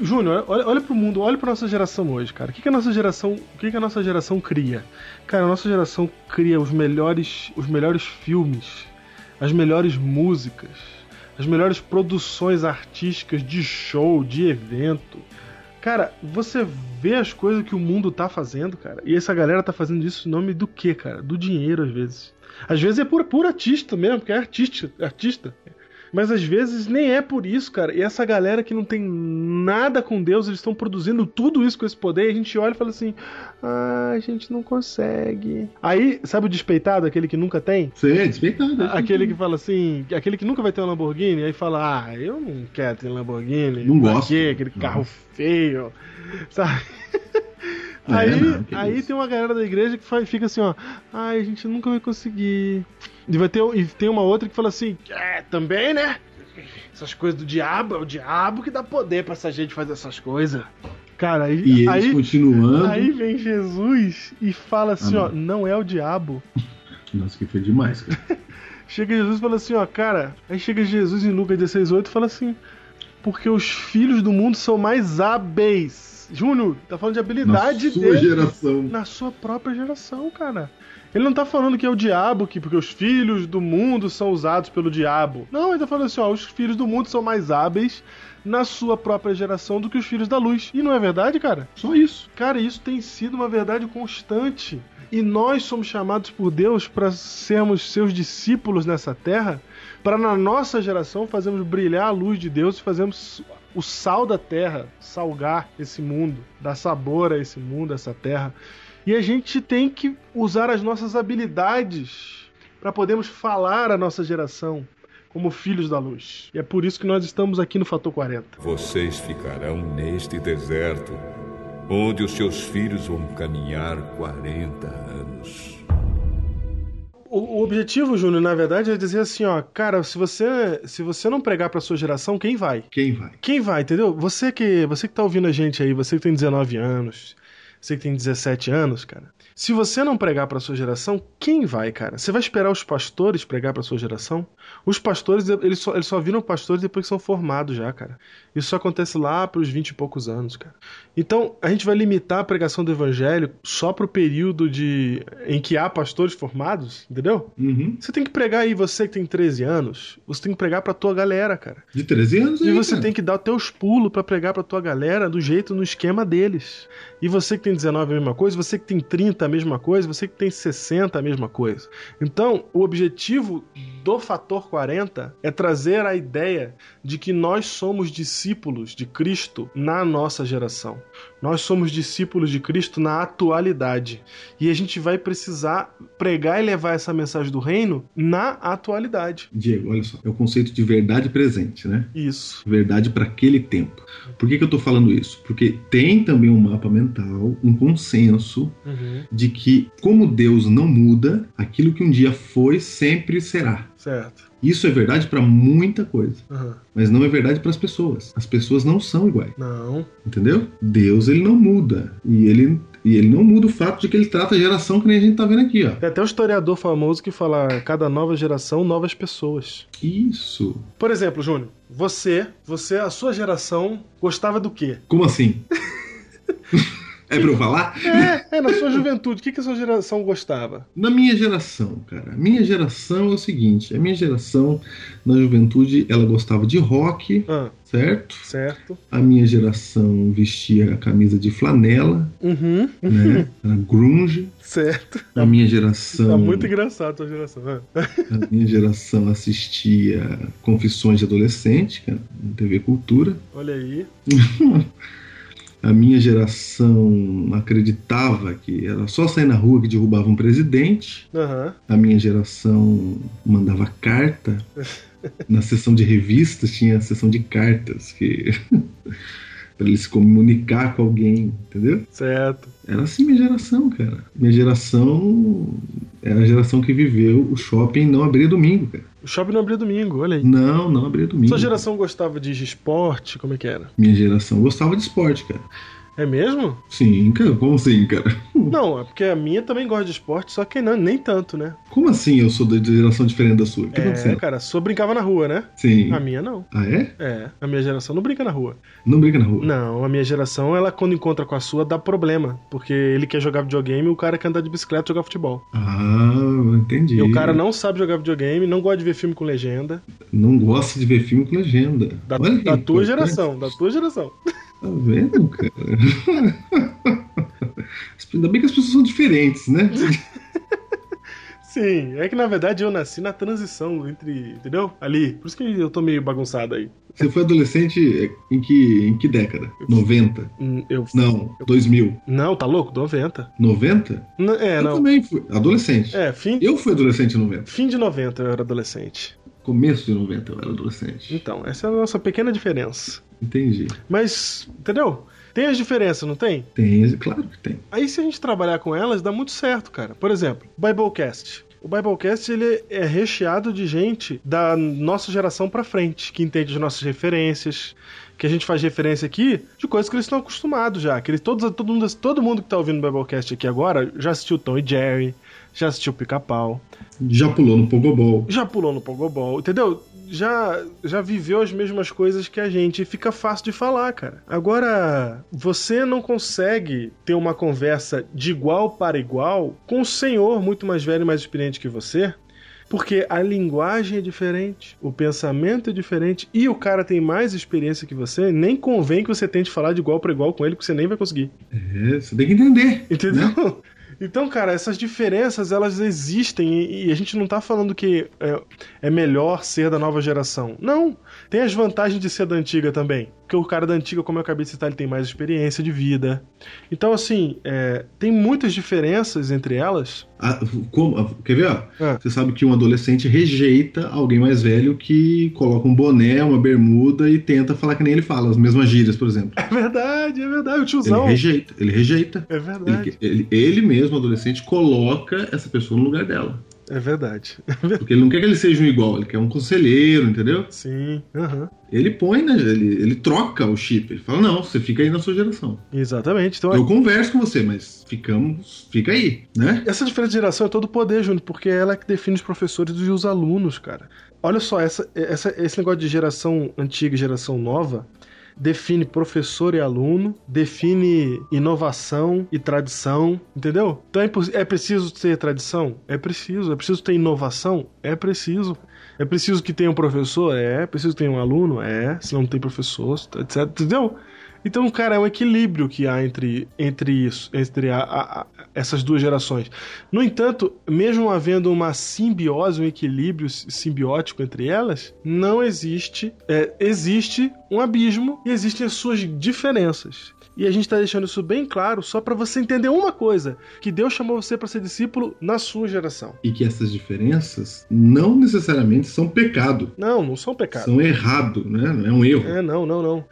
Júnior, olha, olha pro mundo, olha pra nossa geração hoje, cara. O que, que a nossa geração, o que, que a nossa geração cria? Cara, a nossa geração cria os melhores, os melhores filmes, as melhores músicas, as melhores produções artísticas de show, de evento. Cara, você vê as coisas que o mundo tá fazendo, cara. E essa galera tá fazendo isso em nome do quê, cara? Do dinheiro, às vezes. Às vezes é por, por artista mesmo, porque é artista, artista. Mas às vezes nem é por isso, cara. E essa galera que não tem nada com Deus, eles estão produzindo tudo isso com esse poder, e a gente olha e fala assim: ah, a gente não consegue. Aí, sabe o despeitado, aquele que nunca tem? Você é despeitado. Aquele que fala assim, aquele que nunca vai ter um Lamborghini, aí fala, ah, eu não quero ter Lamborghini. Não pra gosto. quê? Aquele Não. carro feio, sabe? É, aí não, que aí isso. tem uma galera da igreja que fa- fica assim, ó, ai, a gente nunca vai conseguir. E, vai ter, e tem uma outra que fala assim, é, também, né? Essas coisas do diabo, é o diabo que dá poder pra essa gente fazer essas coisas. Cara, aí, E eles aí, continuando. aí vem Jesus e fala assim, ó, Amém. não é o diabo. Nossa, que foi demais, cara. Chega Jesus e fala assim, ó, cara. Aí chega Jesus em Lucas 16,8 e fala assim: Porque os filhos do mundo são mais hábeis. Júnior, tá falando de Na habilidade sua dele geração. na sua própria geração, cara. Ele não tá falando que é o diabo, que porque os filhos do mundo são usados pelo diabo. Não, ele tá falando assim, ó, os filhos do mundo são mais hábeis na sua própria geração do que os filhos da luz. E não é verdade, cara? Só isso. Cara, isso tem sido uma verdade constante. E nós somos chamados por Deus para sermos seus discípulos nessa terra, para na nossa geração fazermos brilhar a luz de Deus e fazermos o sal da terra salgar esse mundo, dar sabor a esse mundo, a essa terra. E a gente tem que usar as nossas habilidades para podermos falar à nossa geração como filhos da luz. E é por isso que nós estamos aqui no Fator 40. Vocês ficarão neste deserto, onde os seus filhos vão caminhar 40 anos. O, o objetivo, Júnior, na verdade, é dizer assim, ó, cara, se você, se você não pregar pra sua geração, quem vai? Quem vai? Quem vai, entendeu? Você que, você que tá ouvindo a gente aí, você que tem 19 anos, você que tem 17 anos, cara. Se você não pregar pra sua geração, quem vai, cara? Você vai esperar os pastores pregar pra sua geração? Os pastores, eles só, eles só viram pastores depois que são formados já, cara. Isso só acontece lá pros 20 e poucos anos, cara. Então, a gente vai limitar a pregação do evangelho só pro período de em que há pastores formados, entendeu? Uhum. Você tem que pregar aí, você que tem 13 anos, você tem que pregar pra tua galera, cara. De 13 anos E aí, você cara. tem que dar os teus pulos pra pregar pra tua galera do jeito, no esquema deles. E você que tem tem 19 é a mesma coisa, você que tem 30 é a mesma coisa, você que tem 60 é a mesma coisa. Então, o objetivo do fator 40 é trazer a ideia de que nós somos discípulos de Cristo na nossa geração. Nós somos discípulos de Cristo na atualidade. E a gente vai precisar pregar e levar essa mensagem do reino na atualidade. Diego, olha só, é o conceito de verdade presente, né? Isso. Verdade para aquele tempo. Por que, que eu tô falando isso? Porque tem também um mapa mental, um consenso de que, como Deus não muda, aquilo que um dia foi sempre será. Certo. Isso é verdade para muita coisa, Aham. mas não é verdade para as pessoas. As pessoas não são iguais, Não. entendeu? Deus ele não muda e ele e ele não muda o fato de que ele trata a geração que nem a gente tá vendo aqui, ó. Tem até um historiador famoso que fala: cada nova geração, novas pessoas. Isso. Por exemplo, Júnior, você, você, a sua geração, gostava do quê? Como assim? é para eu falar? É, é na sua juventude, o que, que a sua geração gostava? Na minha geração, cara, a minha geração é o seguinte: a minha geração, na juventude, ela gostava de rock, Ah, certo? certo. A minha geração vestia a camisa de flanela, Uhum. né? Era grunge. Certo. A minha geração. Tá muito engraçado a tua geração. ah. A minha geração assistia Confissões de Adolescente, é cara, na TV Cultura. Olha aí. A minha geração acreditava que era só sair na rua que derrubava um presidente. Aham. A minha geração mandava carta. Na sessão de revistas tinha a sessão de cartas que para ele se comunicar com alguém, entendeu? Certo. Era assim minha geração, cara. Minha geração era a geração que viveu o shopping não abria domingo, cara. O shopping não abria domingo, olha aí. Não, não abria domingo. Sua geração gostava de esporte? Como é que era? Minha geração gostava de esporte, cara. É mesmo? Sim, cara, como assim, cara? Não, é porque a minha também gosta de esporte, só que não, nem tanto, né? Como assim eu sou da geração diferente da sua? O que É, aconteceu? cara, só brincava na rua, né? Sim. A minha não. Ah, é? É, a minha geração não brinca na rua. Não brinca na rua. Não, a minha geração, ela quando encontra com a sua, dá problema. Porque ele quer jogar videogame e o cara quer andar de bicicleta e jogar futebol. Ah, entendi. E o cara não sabe jogar videogame, não gosta de ver filme com legenda. Não gosta de ver filme com legenda. Da, Olha que da tua importante. geração, da tua geração. Tá vendo, cara? Ainda bem que as pessoas são diferentes, né? Sim, é que na verdade eu nasci na transição entre. Entendeu? Ali. Por isso que eu tô meio bagunçado aí. Você foi adolescente é, em que, em que década? 90? Hum, Eu. Não, 2000. Não, tá louco? 90. 90? N- é, eu não. também fui adolescente. É, fim, Eu fui adolescente em 90. fim de 90 eu era adolescente. Começo de 90 eu era adolescente. Então, essa é a nossa pequena diferença. Entendi. Mas, entendeu? Tem as diferenças, não tem? Tem, claro que tem. Aí se a gente trabalhar com elas, dá muito certo, cara. Por exemplo, Biblecast. O Biblecast ele é recheado de gente da nossa geração pra frente, que entende as nossas referências, que a gente faz referência aqui de coisas que eles estão acostumados já. Que eles, todos, todo, mundo, todo mundo que tá ouvindo o Biblecast aqui agora já assistiu Tom e Jerry, já assistiu Pica-Pau, Já pulou no Pogobol. já pulou no Pogobol, entendeu? Já, já viveu as mesmas coisas que a gente e fica fácil de falar, cara. Agora, você não consegue ter uma conversa de igual para igual com um senhor muito mais velho e mais experiente que você, porque a linguagem é diferente, o pensamento é diferente e o cara tem mais experiência que você, nem convém que você tente falar de igual para igual com ele, porque você nem vai conseguir. É, você tem que entender. Entendeu? Né? Então, cara, essas diferenças elas existem e- e a gente não tá falando que é, é melhor ser da nova geração. Não. Tem as vantagens de ser da antiga também. Porque o cara da antiga, como eu acabei de citar, ele tem mais experiência de vida. Então, assim, é, tem muitas diferenças entre elas. Ah, como- ah, quer ver? ó? Ah. Você sabe que um adolescente rejeita alguém mais velho que coloca um boné, uma bermuda e tenta falar que nem ele fala, as mesmas gírias, por exemplo. É verdade, é verdade. O Ele tiozão. rejeita, ele rejeita. É Ele, verdade. ele, ele mesmo, adolescente, coloca essa pessoa no lugar dela. É verdade. Porque ele não quer que ele seja um igual, ele quer um conselheiro, entendeu? Sim. aham. Ele põe, né? Ele, ele troca o chip. Ele fala, não, você fica aí na sua geração. Exatamente. Então, Eu converso com você, mas ficamos. Fica aí, né? Essa diferença de geração é todo poder, Júnior, porque ela é que define os professores e os alunos, cara. Olha só, essa- essa- esse negócio de geração antiga e geração nova define professor e aluno, define inovação e tradição, entendeu? Então é, imposs- é preciso ter tradição? É preciso. É preciso ter inovação? É preciso. É preciso que tenha um professor? É. É preciso que tenha um aluno? É. Se não tem professor, etc. Entendeu? Então, cara, é um equilíbrio que há entre, entre isso, entre a- a- a- essas duas gerações. No entanto, mesmo havendo uma simbiose, um equilíbrio si- simbiótico entre elas, não existe. é, existe um abismo e existem as suas diferenças. E a gente está deixando isso bem claro só para você entender uma coisa: que Deus chamou você para ser discípulo na sua geração. E que essas diferenças não necessariamente são pecado. Não, não são pecados. São errado, né? Não é um erro. É, não, não, não.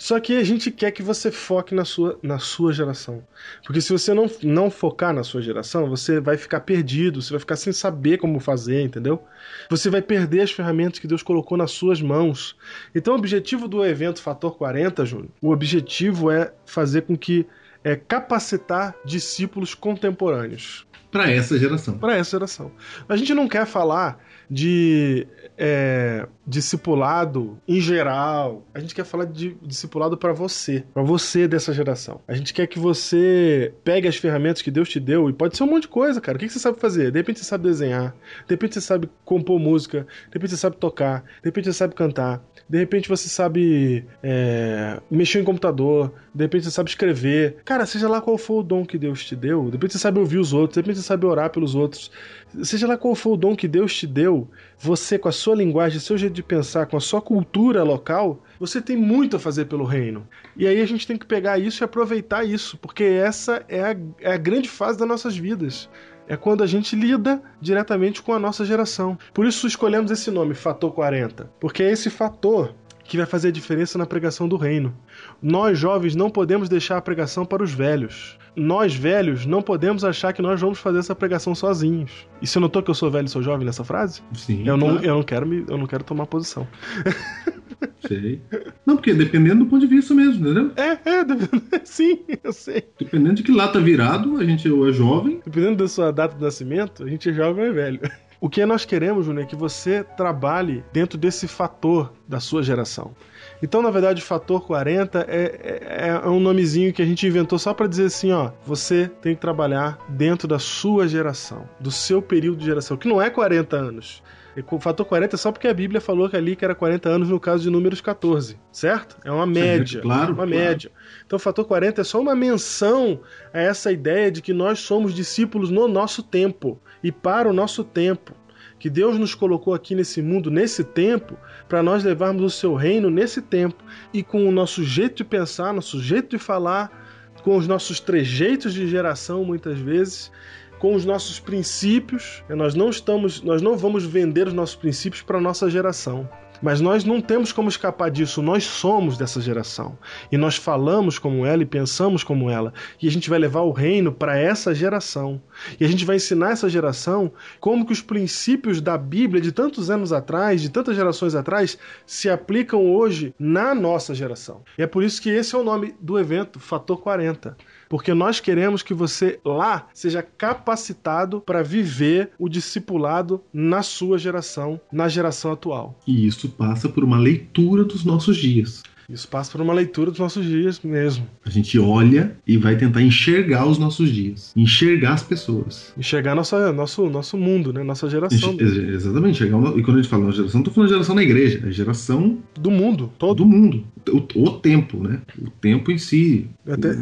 Só que a gente quer que você foque na sua, na sua geração. Porque se você não, não focar na sua geração, você vai ficar perdido, você vai ficar sem saber como fazer, entendeu? Você vai perder as ferramentas que Deus colocou nas suas mãos. Então, o objetivo do evento Fator 40, Júnior, o objetivo é fazer com que. É capacitar discípulos contemporâneos Pra essa geração. para essa geração. A gente não quer falar de é, discipulado em geral. A gente quer falar de discipulado para você, para você dessa geração. A gente quer que você pegue as ferramentas que Deus te deu e pode ser um monte de coisa, cara. O que que você sabe fazer? De repente você sabe desenhar, de repente você sabe compor música, de repente você sabe tocar, de repente você sabe cantar, de repente você sabe é, mexer em computador, de repente você sabe escrever. Cara, seja lá qual for o dom que Deus te deu, de repente você sabe ouvir os outros, de repente você sabe orar pelos outros. Seja lá qual for o dom que Deus te deu, você com a sua linguagem, seu jeito de pensar, com a sua cultura local, você tem muito a fazer pelo reino. E aí a gente tem que pegar isso e aproveitar isso, porque essa é a, é a grande fase das nossas vidas. É quando a gente lida diretamente com a nossa geração. Por isso escolhemos esse nome, Fator 40. Porque é esse fator que vai fazer a diferença na pregação do reino. Nós jovens não podemos deixar a pregação para os velhos. Nós velhos não podemos achar que nós vamos fazer essa pregação sozinhos. E se eu não tô que eu sou velho e sou jovem nessa frase? Sim. tá, Eu não, claro. eu não quero me, eu não quero tomar posição. Sei. Não, porque dependendo do ponto de vista mesmo, entendeu? É, é, dependendo- sim, eu sei. Dependendo de que lá tá virado, a gente ou é jovem. Dependendo da sua data de nascimento, a gente é jovem ou é velho. O que nós queremos, Júnior, é que você trabalhe dentro desse fator da sua geração. Então, na verdade, o fator 40 é, é, é um nomezinho que a gente inventou só para dizer assim, ó, você tem que trabalhar dentro da sua geração, do seu período de geração, que não é 40 anos. E com O fator 40 é só porque a Bíblia falou que ali que era 40 anos no caso de números 14, certo? É uma média, claro, uma claro. média. Então, o fator 40 é só uma menção a essa ideia de que nós somos discípulos no nosso tempo e para o nosso tempo. Que Deus nos colocou aqui nesse mundo, nesse tempo, para nós levarmos o seu reino nesse tempo e com o nosso jeito de pensar, nosso jeito de falar, com os nossos trejeitos de geração muitas vezes, com os nossos princípios. né? Nós não estamos, nós não vamos vender os nossos princípios para a nossa geração. Mas nós não temos como escapar disso, nós somos dessa geração. E nós falamos como ela e pensamos como ela. E a gente vai levar o reino para essa geração. E a gente vai ensinar essa geração como que os princípios da Bíblia de tantos anos atrás, de tantas gerações atrás, se aplicam hoje na nossa geração. E é por isso que esse é o nome do evento, Fator 40. Porque nós queremos que você lá seja capacitado para viver o discipulado na sua geração, na geração atual. E isso passa por uma leitura dos nossos dias. Isso passa por uma leitura dos nossos dias mesmo. A gente olha e vai tentar enxergar os nossos dias, enxergar as pessoas. Enxergar nossa, nosso, nosso mundo, né? Nossa geração Enx- ex- Exatamente, enxergar. o no- E quando a gente fala geração, não tô falando geração da igreja, é geração do mundo todo. do mundo. O, o tempo, né? O tempo em si. Até-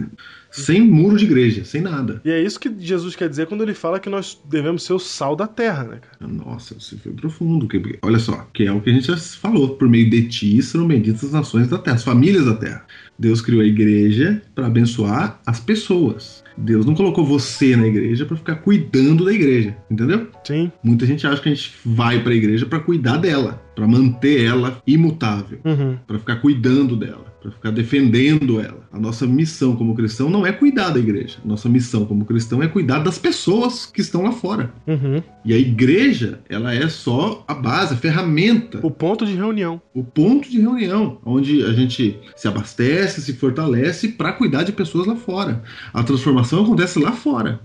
Sem muro de igreja, sem nada. E é isso que Jesus quer dizer quando ele fala que nós devemos ser o sal da terra, né, cara? Nossa, você foi profundo. que- porque- olha só, que é o que a gente já falou. Por meio de ti serão benditas as nações da terra, as famílias da terra. Deus criou a igreja para abençoar as pessoas. Deus não colocou você na igreja para ficar cuidando da igreja, entendeu? Sim. Muita gente acha que a gente vai para a igreja para cuidar dela, para manter ela imutável, Uhum. para ficar cuidando dela, para ficar defendendo ela. A nossa missão como cristão não é cuidar da igreja. Nossa missão como cristão é cuidar das pessoas que estão lá fora. Uhum. E a igreja, ela é só a base, a ferramenta, O ponto de reunião. o ponto de reunião, onde a gente se abastece, se fortalece para cuidar de pessoas lá fora. A transformação acontece lá fora.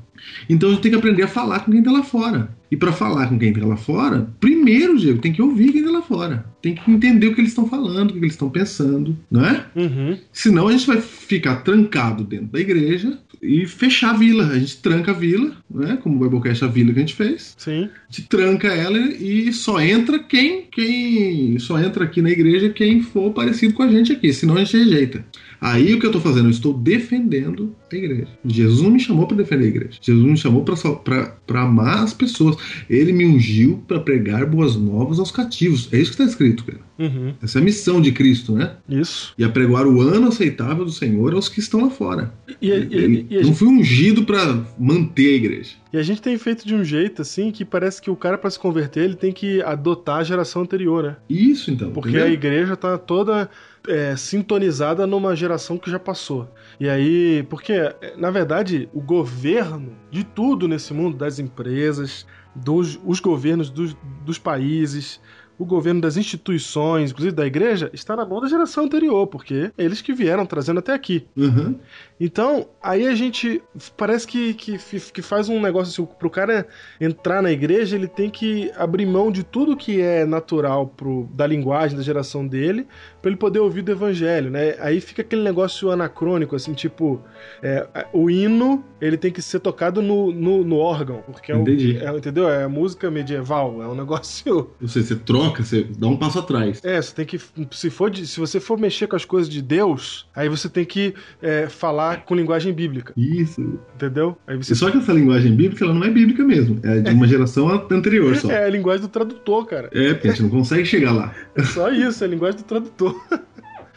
Então a gente tem que aprender a falar com quem está lá fora. E para falar com quem tá lá fora, primeiro, Diego, tem que ouvir quem tá lá fora. Tem que entender o que eles estão falando, o que eles estão pensando, não é? Uhum. Senão a gente vai ficar trancado dentro da igreja e fechar a vila. A gente tranca a vila, né? Como o Biblecast, a vila que a gente fez. Sim. A gente tranca ela e só entra quem, quem só entra aqui na igreja quem for parecido com a gente aqui. Senão a gente rejeita. Aí o que eu tô fazendo? Eu estou defendendo a igreja. Jesus não me chamou para defender a igreja. Jesus me chamou para amar as pessoas. Ele me ungiu para pregar boas novas aos cativos. É isso que está escrito, cara. Uhum. Essa é a missão de Cristo, né? Isso. e apregoar o ano aceitável do Senhor aos que estão lá fora. E, é, e- e- Ele e a não gente, foi ungido para manter a igreja. e a gente tem feito de um jeito, assim, que parece que o cara, pra se converter, ele tem que adotar a geração anterior, né? Isso então. Porque entendeu? a igreja tá toda é, sintonizada numa geração que já passou. E aí, porque, é, na verdade, o governo de tudo nesse mundo, das empresas, dos os governos dos, dos países, o governo das instituições, inclusive da igreja, está na mão da geração anterior, porque eles que vieram trazendo até aqui. Uhum. Então, aí a gente parece que, que, que faz um negócio assim, pro cara entrar na igreja, ele tem que abrir mão de tudo que é natural pro, da linguagem, da geração dele, pra ele poder ouvir do evangelho, né? Aí fica aquele negócio anacrônico, assim, tipo, é, a- o hino, ele tem que ser tocado no, no, no órgão, porque é, o, Entendi. é, entendeu? É música medieval, é um negócio... Ou seja, você troca, você dá um passo atrás. É, você tem que. Se, for de- se você for mexer com as coisas de Deus, aí você tem que é, falar com linguagem bíblica, Isso. entendeu? Aí você. E Só que essa linguagem bíblica, ela não é bíblica mesmo. É de uma geração anterior só. É a linguagem do tradutor, cara. É, porque a gente não consegue chegar lá. É só isso, é a linguagem do tradutor.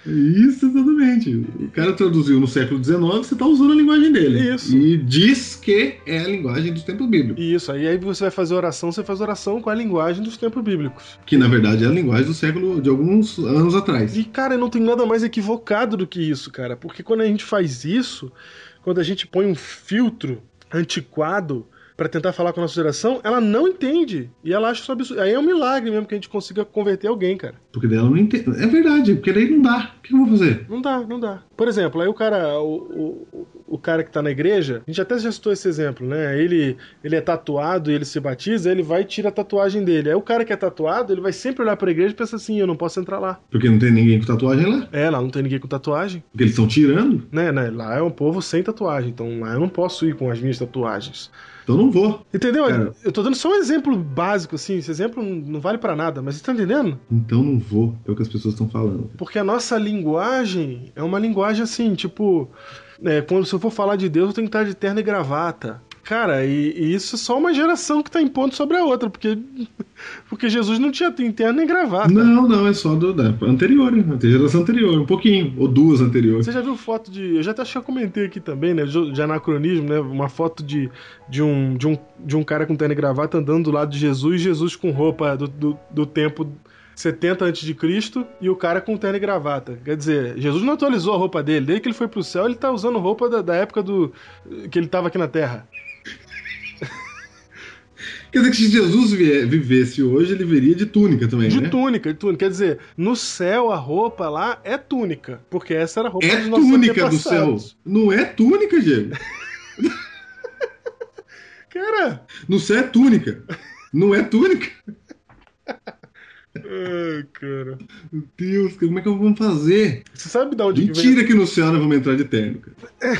Isso, exatamente. O cara traduziu no século XIX, você tá usando a linguagem dele. Isso. E diz que é a linguagem do tempo bíblico. E isso, aí, aí você vai fazer oração, você faz oração com a linguagem dos tempos bíblicos. Que na verdade é a linguagem do século de alguns anos atrás. E, cara, não tem nada mais equivocado do que isso, cara. Porque quando a gente faz isso, quando a gente põe um filtro antiquado pra tentar falar com a nossa geração, ela não entende. E ela acha isso absurdo. Aí é um milagre mesmo que a gente consiga converter alguém, cara. Porque daí ela não entende. É verdade, porque daí não dá. O que eu vou fazer? Não dá, não dá. Por exemplo, aí o cara, o, o, o cara que tá na igreja, a gente até já citou esse exemplo, né? Ele, ele é tatuado e ele se batiza, ele vai e tira a tatuagem dele. Aí o cara que é tatuado, ele vai sempre olhar pra igreja e pensa assim, eu não posso entrar lá. Porque não tem ninguém com tatuagem lá. É, lá não tem ninguém com tatuagem, Porque eles estão tirando, né? né? Lá é um povo sem tatuagem, então lá eu não posso ir com as minhas tatuagens. então não vou. Entendeu? Cara. Eu tô dando só um exemplo básico, assim, esse exemplo não vale pra nada, mas você tá entendendo? Então não vou. É o que as pessoas estão falando. Porque a nossa linguagem é uma linguagem assim, tipo, né, quando se eu for falar de Deus, eu tenho que estar de terno e gravata. Cara, e, e isso é só uma geração que tá impondo sobre a outra, porque, porque Jesus não tinha terno nem gravata. Não, não, é só do, da anterior, né? da geração anterior, um pouquinho, ou duas anteriores. Você já viu foto de. Eu já até acho que eu comentei aqui também, né? De, de anacronismo, né? Uma foto de, de, um, de, um, de um cara com terno e gravata andando do lado de Jesus, Jesus com roupa do, do, do tempo 70 a.C. e o cara com terno e gravata. Quer dizer, Jesus não atualizou a roupa dele. Desde que ele foi pro céu, ele tá usando roupa da, da época do que ele tava aqui na Terra. Quer dizer que se Jesus vie- vivesse hoje, ele viria de túnica também, De né? túnica, de túnica. Quer dizer, no céu a roupa lá é túnica, porque essa era a roupa É dos nossos túnica do céu. antepassados. Não é túnica, Diego. Cara, No céu é túnica. Não é túnica. ai, cara. Meu Deus, como é que vamos fazer? Você sabe de onde que vem Mentira que no céu nós vamos entrar de terno, cara.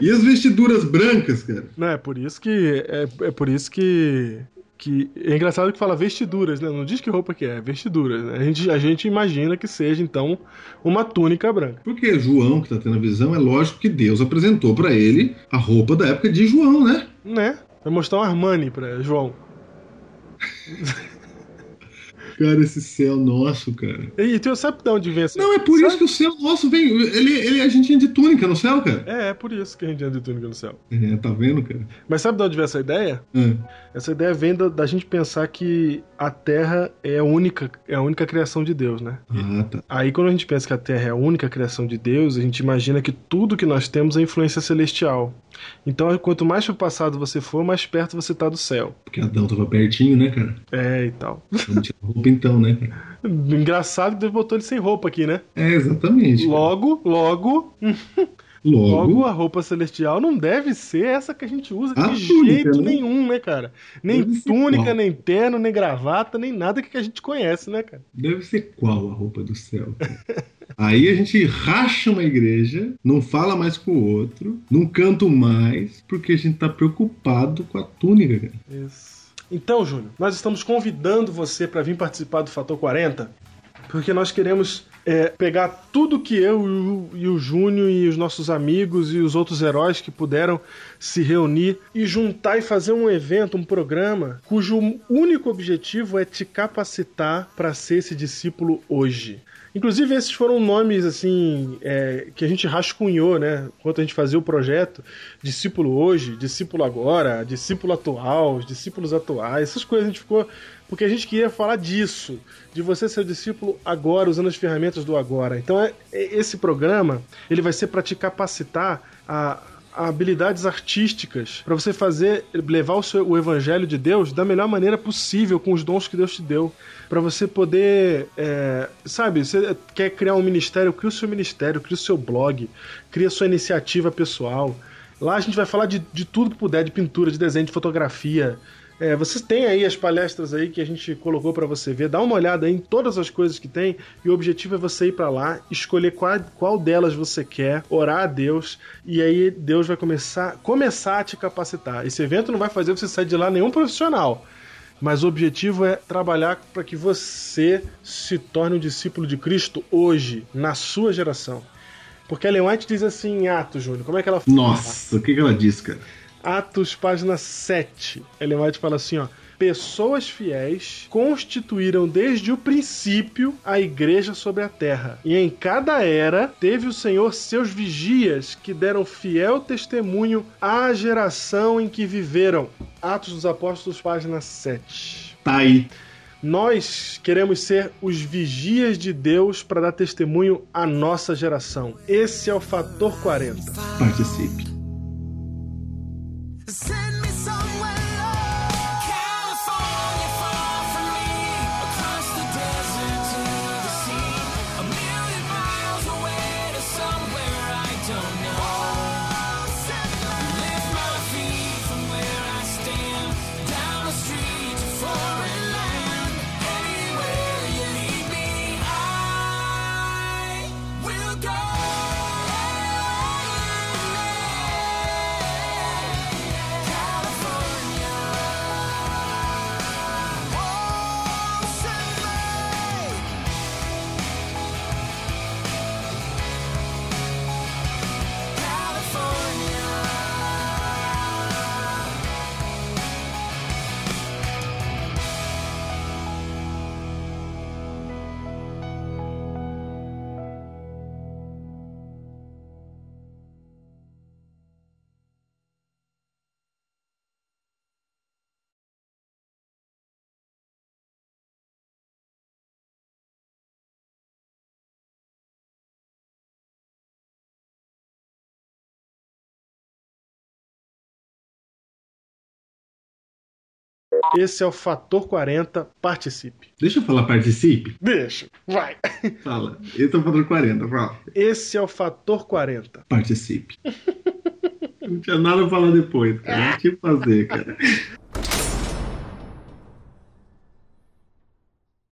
E as vestiduras brancas, cara? Não, é por isso que. É, é por isso que. Que é engraçado que fala vestiduras, né? Não diz que roupa que é, é vestiduras. Né? A, gente, a gente imagina que seja, então, uma túnica branca. Porque João, que tá tendo a visão, é lógico que Deus apresentou pra ele a roupa da época de João, né? Né? Vai mostrar um Armani pra João. Cara, esse céu nosso, cara. E então sabe de onde vem essa. Não, é por sabe? isso que o céu nosso vem. Ele, ele a gente é de túnica no céu, cara. É, é por isso que a gente anda de túnica no céu. É, tá vendo, cara? Mas sabe de onde vem essa ideia? É. Essa ideia vem da, da gente pensar que a Terra é a única, é a única criação de Deus, né? Ah, tá. Aí quando a gente pensa que a Terra é a única criação de Deus, a gente imagina que tudo que nós temos é influência celestial. Então, quanto mais pro passado você for, mais perto você tá do céu. Porque Adão tava pertinho, né, cara? É, e tal. Vamos tirar a roupa então, né, cara? Engraçado que Deus botou ele sem roupa aqui, né? É, exatamente. cara. Logo, logo, Logo, Logo, a roupa celestial não deve ser essa que a gente usa de A túnica, jeito né? nenhum, né, cara? Nem Deve ser túnica, igual. nem terno, nem gravata, nem nada que a gente conhece, né, cara? Deve ser qual a roupa do céu? cara? Aí a gente racha uma igreja, não fala mais com o outro, não canto mais, porque a gente tá preocupado com a túnica, cara. Isso. Então, Júnior, nós estamos convidando você para vir participar do Fator 40, porque nós queremos é, pegar tudo que eu e o- e o Júnior e os nossos amigos e os outros heróis que puderam se reunir e juntar e fazer um evento, um programa, cujo único objetivo é te capacitar para ser esse discípulo hoje. Inclusive, esses foram nomes assim é, que a gente rascunhou, né? Enquanto a gente fazia o projeto. Discípulo hoje, discípulo agora, discípulo atual, os discípulos atuais, essas coisas a gente ficou. Porque a gente queria falar disso, de você ser o discípulo agora, usando as ferramentas do agora. Então, é- é- esse programa ele vai ser para te capacitar a, a habilidades artísticas para você fazer levar o, seu- o evangelho de Deus da melhor maneira possível com os dons que Deus te deu para você poder é, sabe você quer criar um ministério cria o seu ministério cria o seu blog cria a sua iniciativa pessoal lá a gente vai falar de, de tudo que puder de pintura de desenho de fotografia é, você tem aí as palestras aí que a gente colocou para você ver. Dá uma olhada aí em todas as coisas que tem e o objetivo é você ir para lá, escolher qual, qual delas você quer, orar a Deus e aí Deus vai começar, começar a te capacitar. Esse evento não vai fazer você sair de lá nenhum profissional. Mas o objetivo é trabalhar para que você se torne um discípulo de Cristo hoje, na sua geração. Porque a Ellen White diz assim em Atos, Júnior. Como é que ela fala? Nossa, o que, que ela diz, cara? Atos, página 7. Ellen White fala assim, ó. Pessoas fiéis constituíram desde o princípio a igreja sobre a terra. E em cada era teve o Senhor seus vigias que deram fiel testemunho à geração em que viveram. Atos dos Apóstolos, página 7. Tá aí. Nós queremos ser os vigias de Deus para dar testemunho à nossa geração. Esse é o fator 40. Participe. Send me somewhere low. California, far from me. Across the desert to the sea. A million miles away to somewhere I don't know. Lift my feet from where I stand. Down the street to foreign land. Anywhere you need me, I will go. Esse é o Fator 40, participe. Deixa eu falar participe. Deixa, vai. Fala. Eu tô falando 40, fala. Esse é o Fator 40. Participe. Não tinha nada a falar depois, cara. Não tinha o que fazer, cara.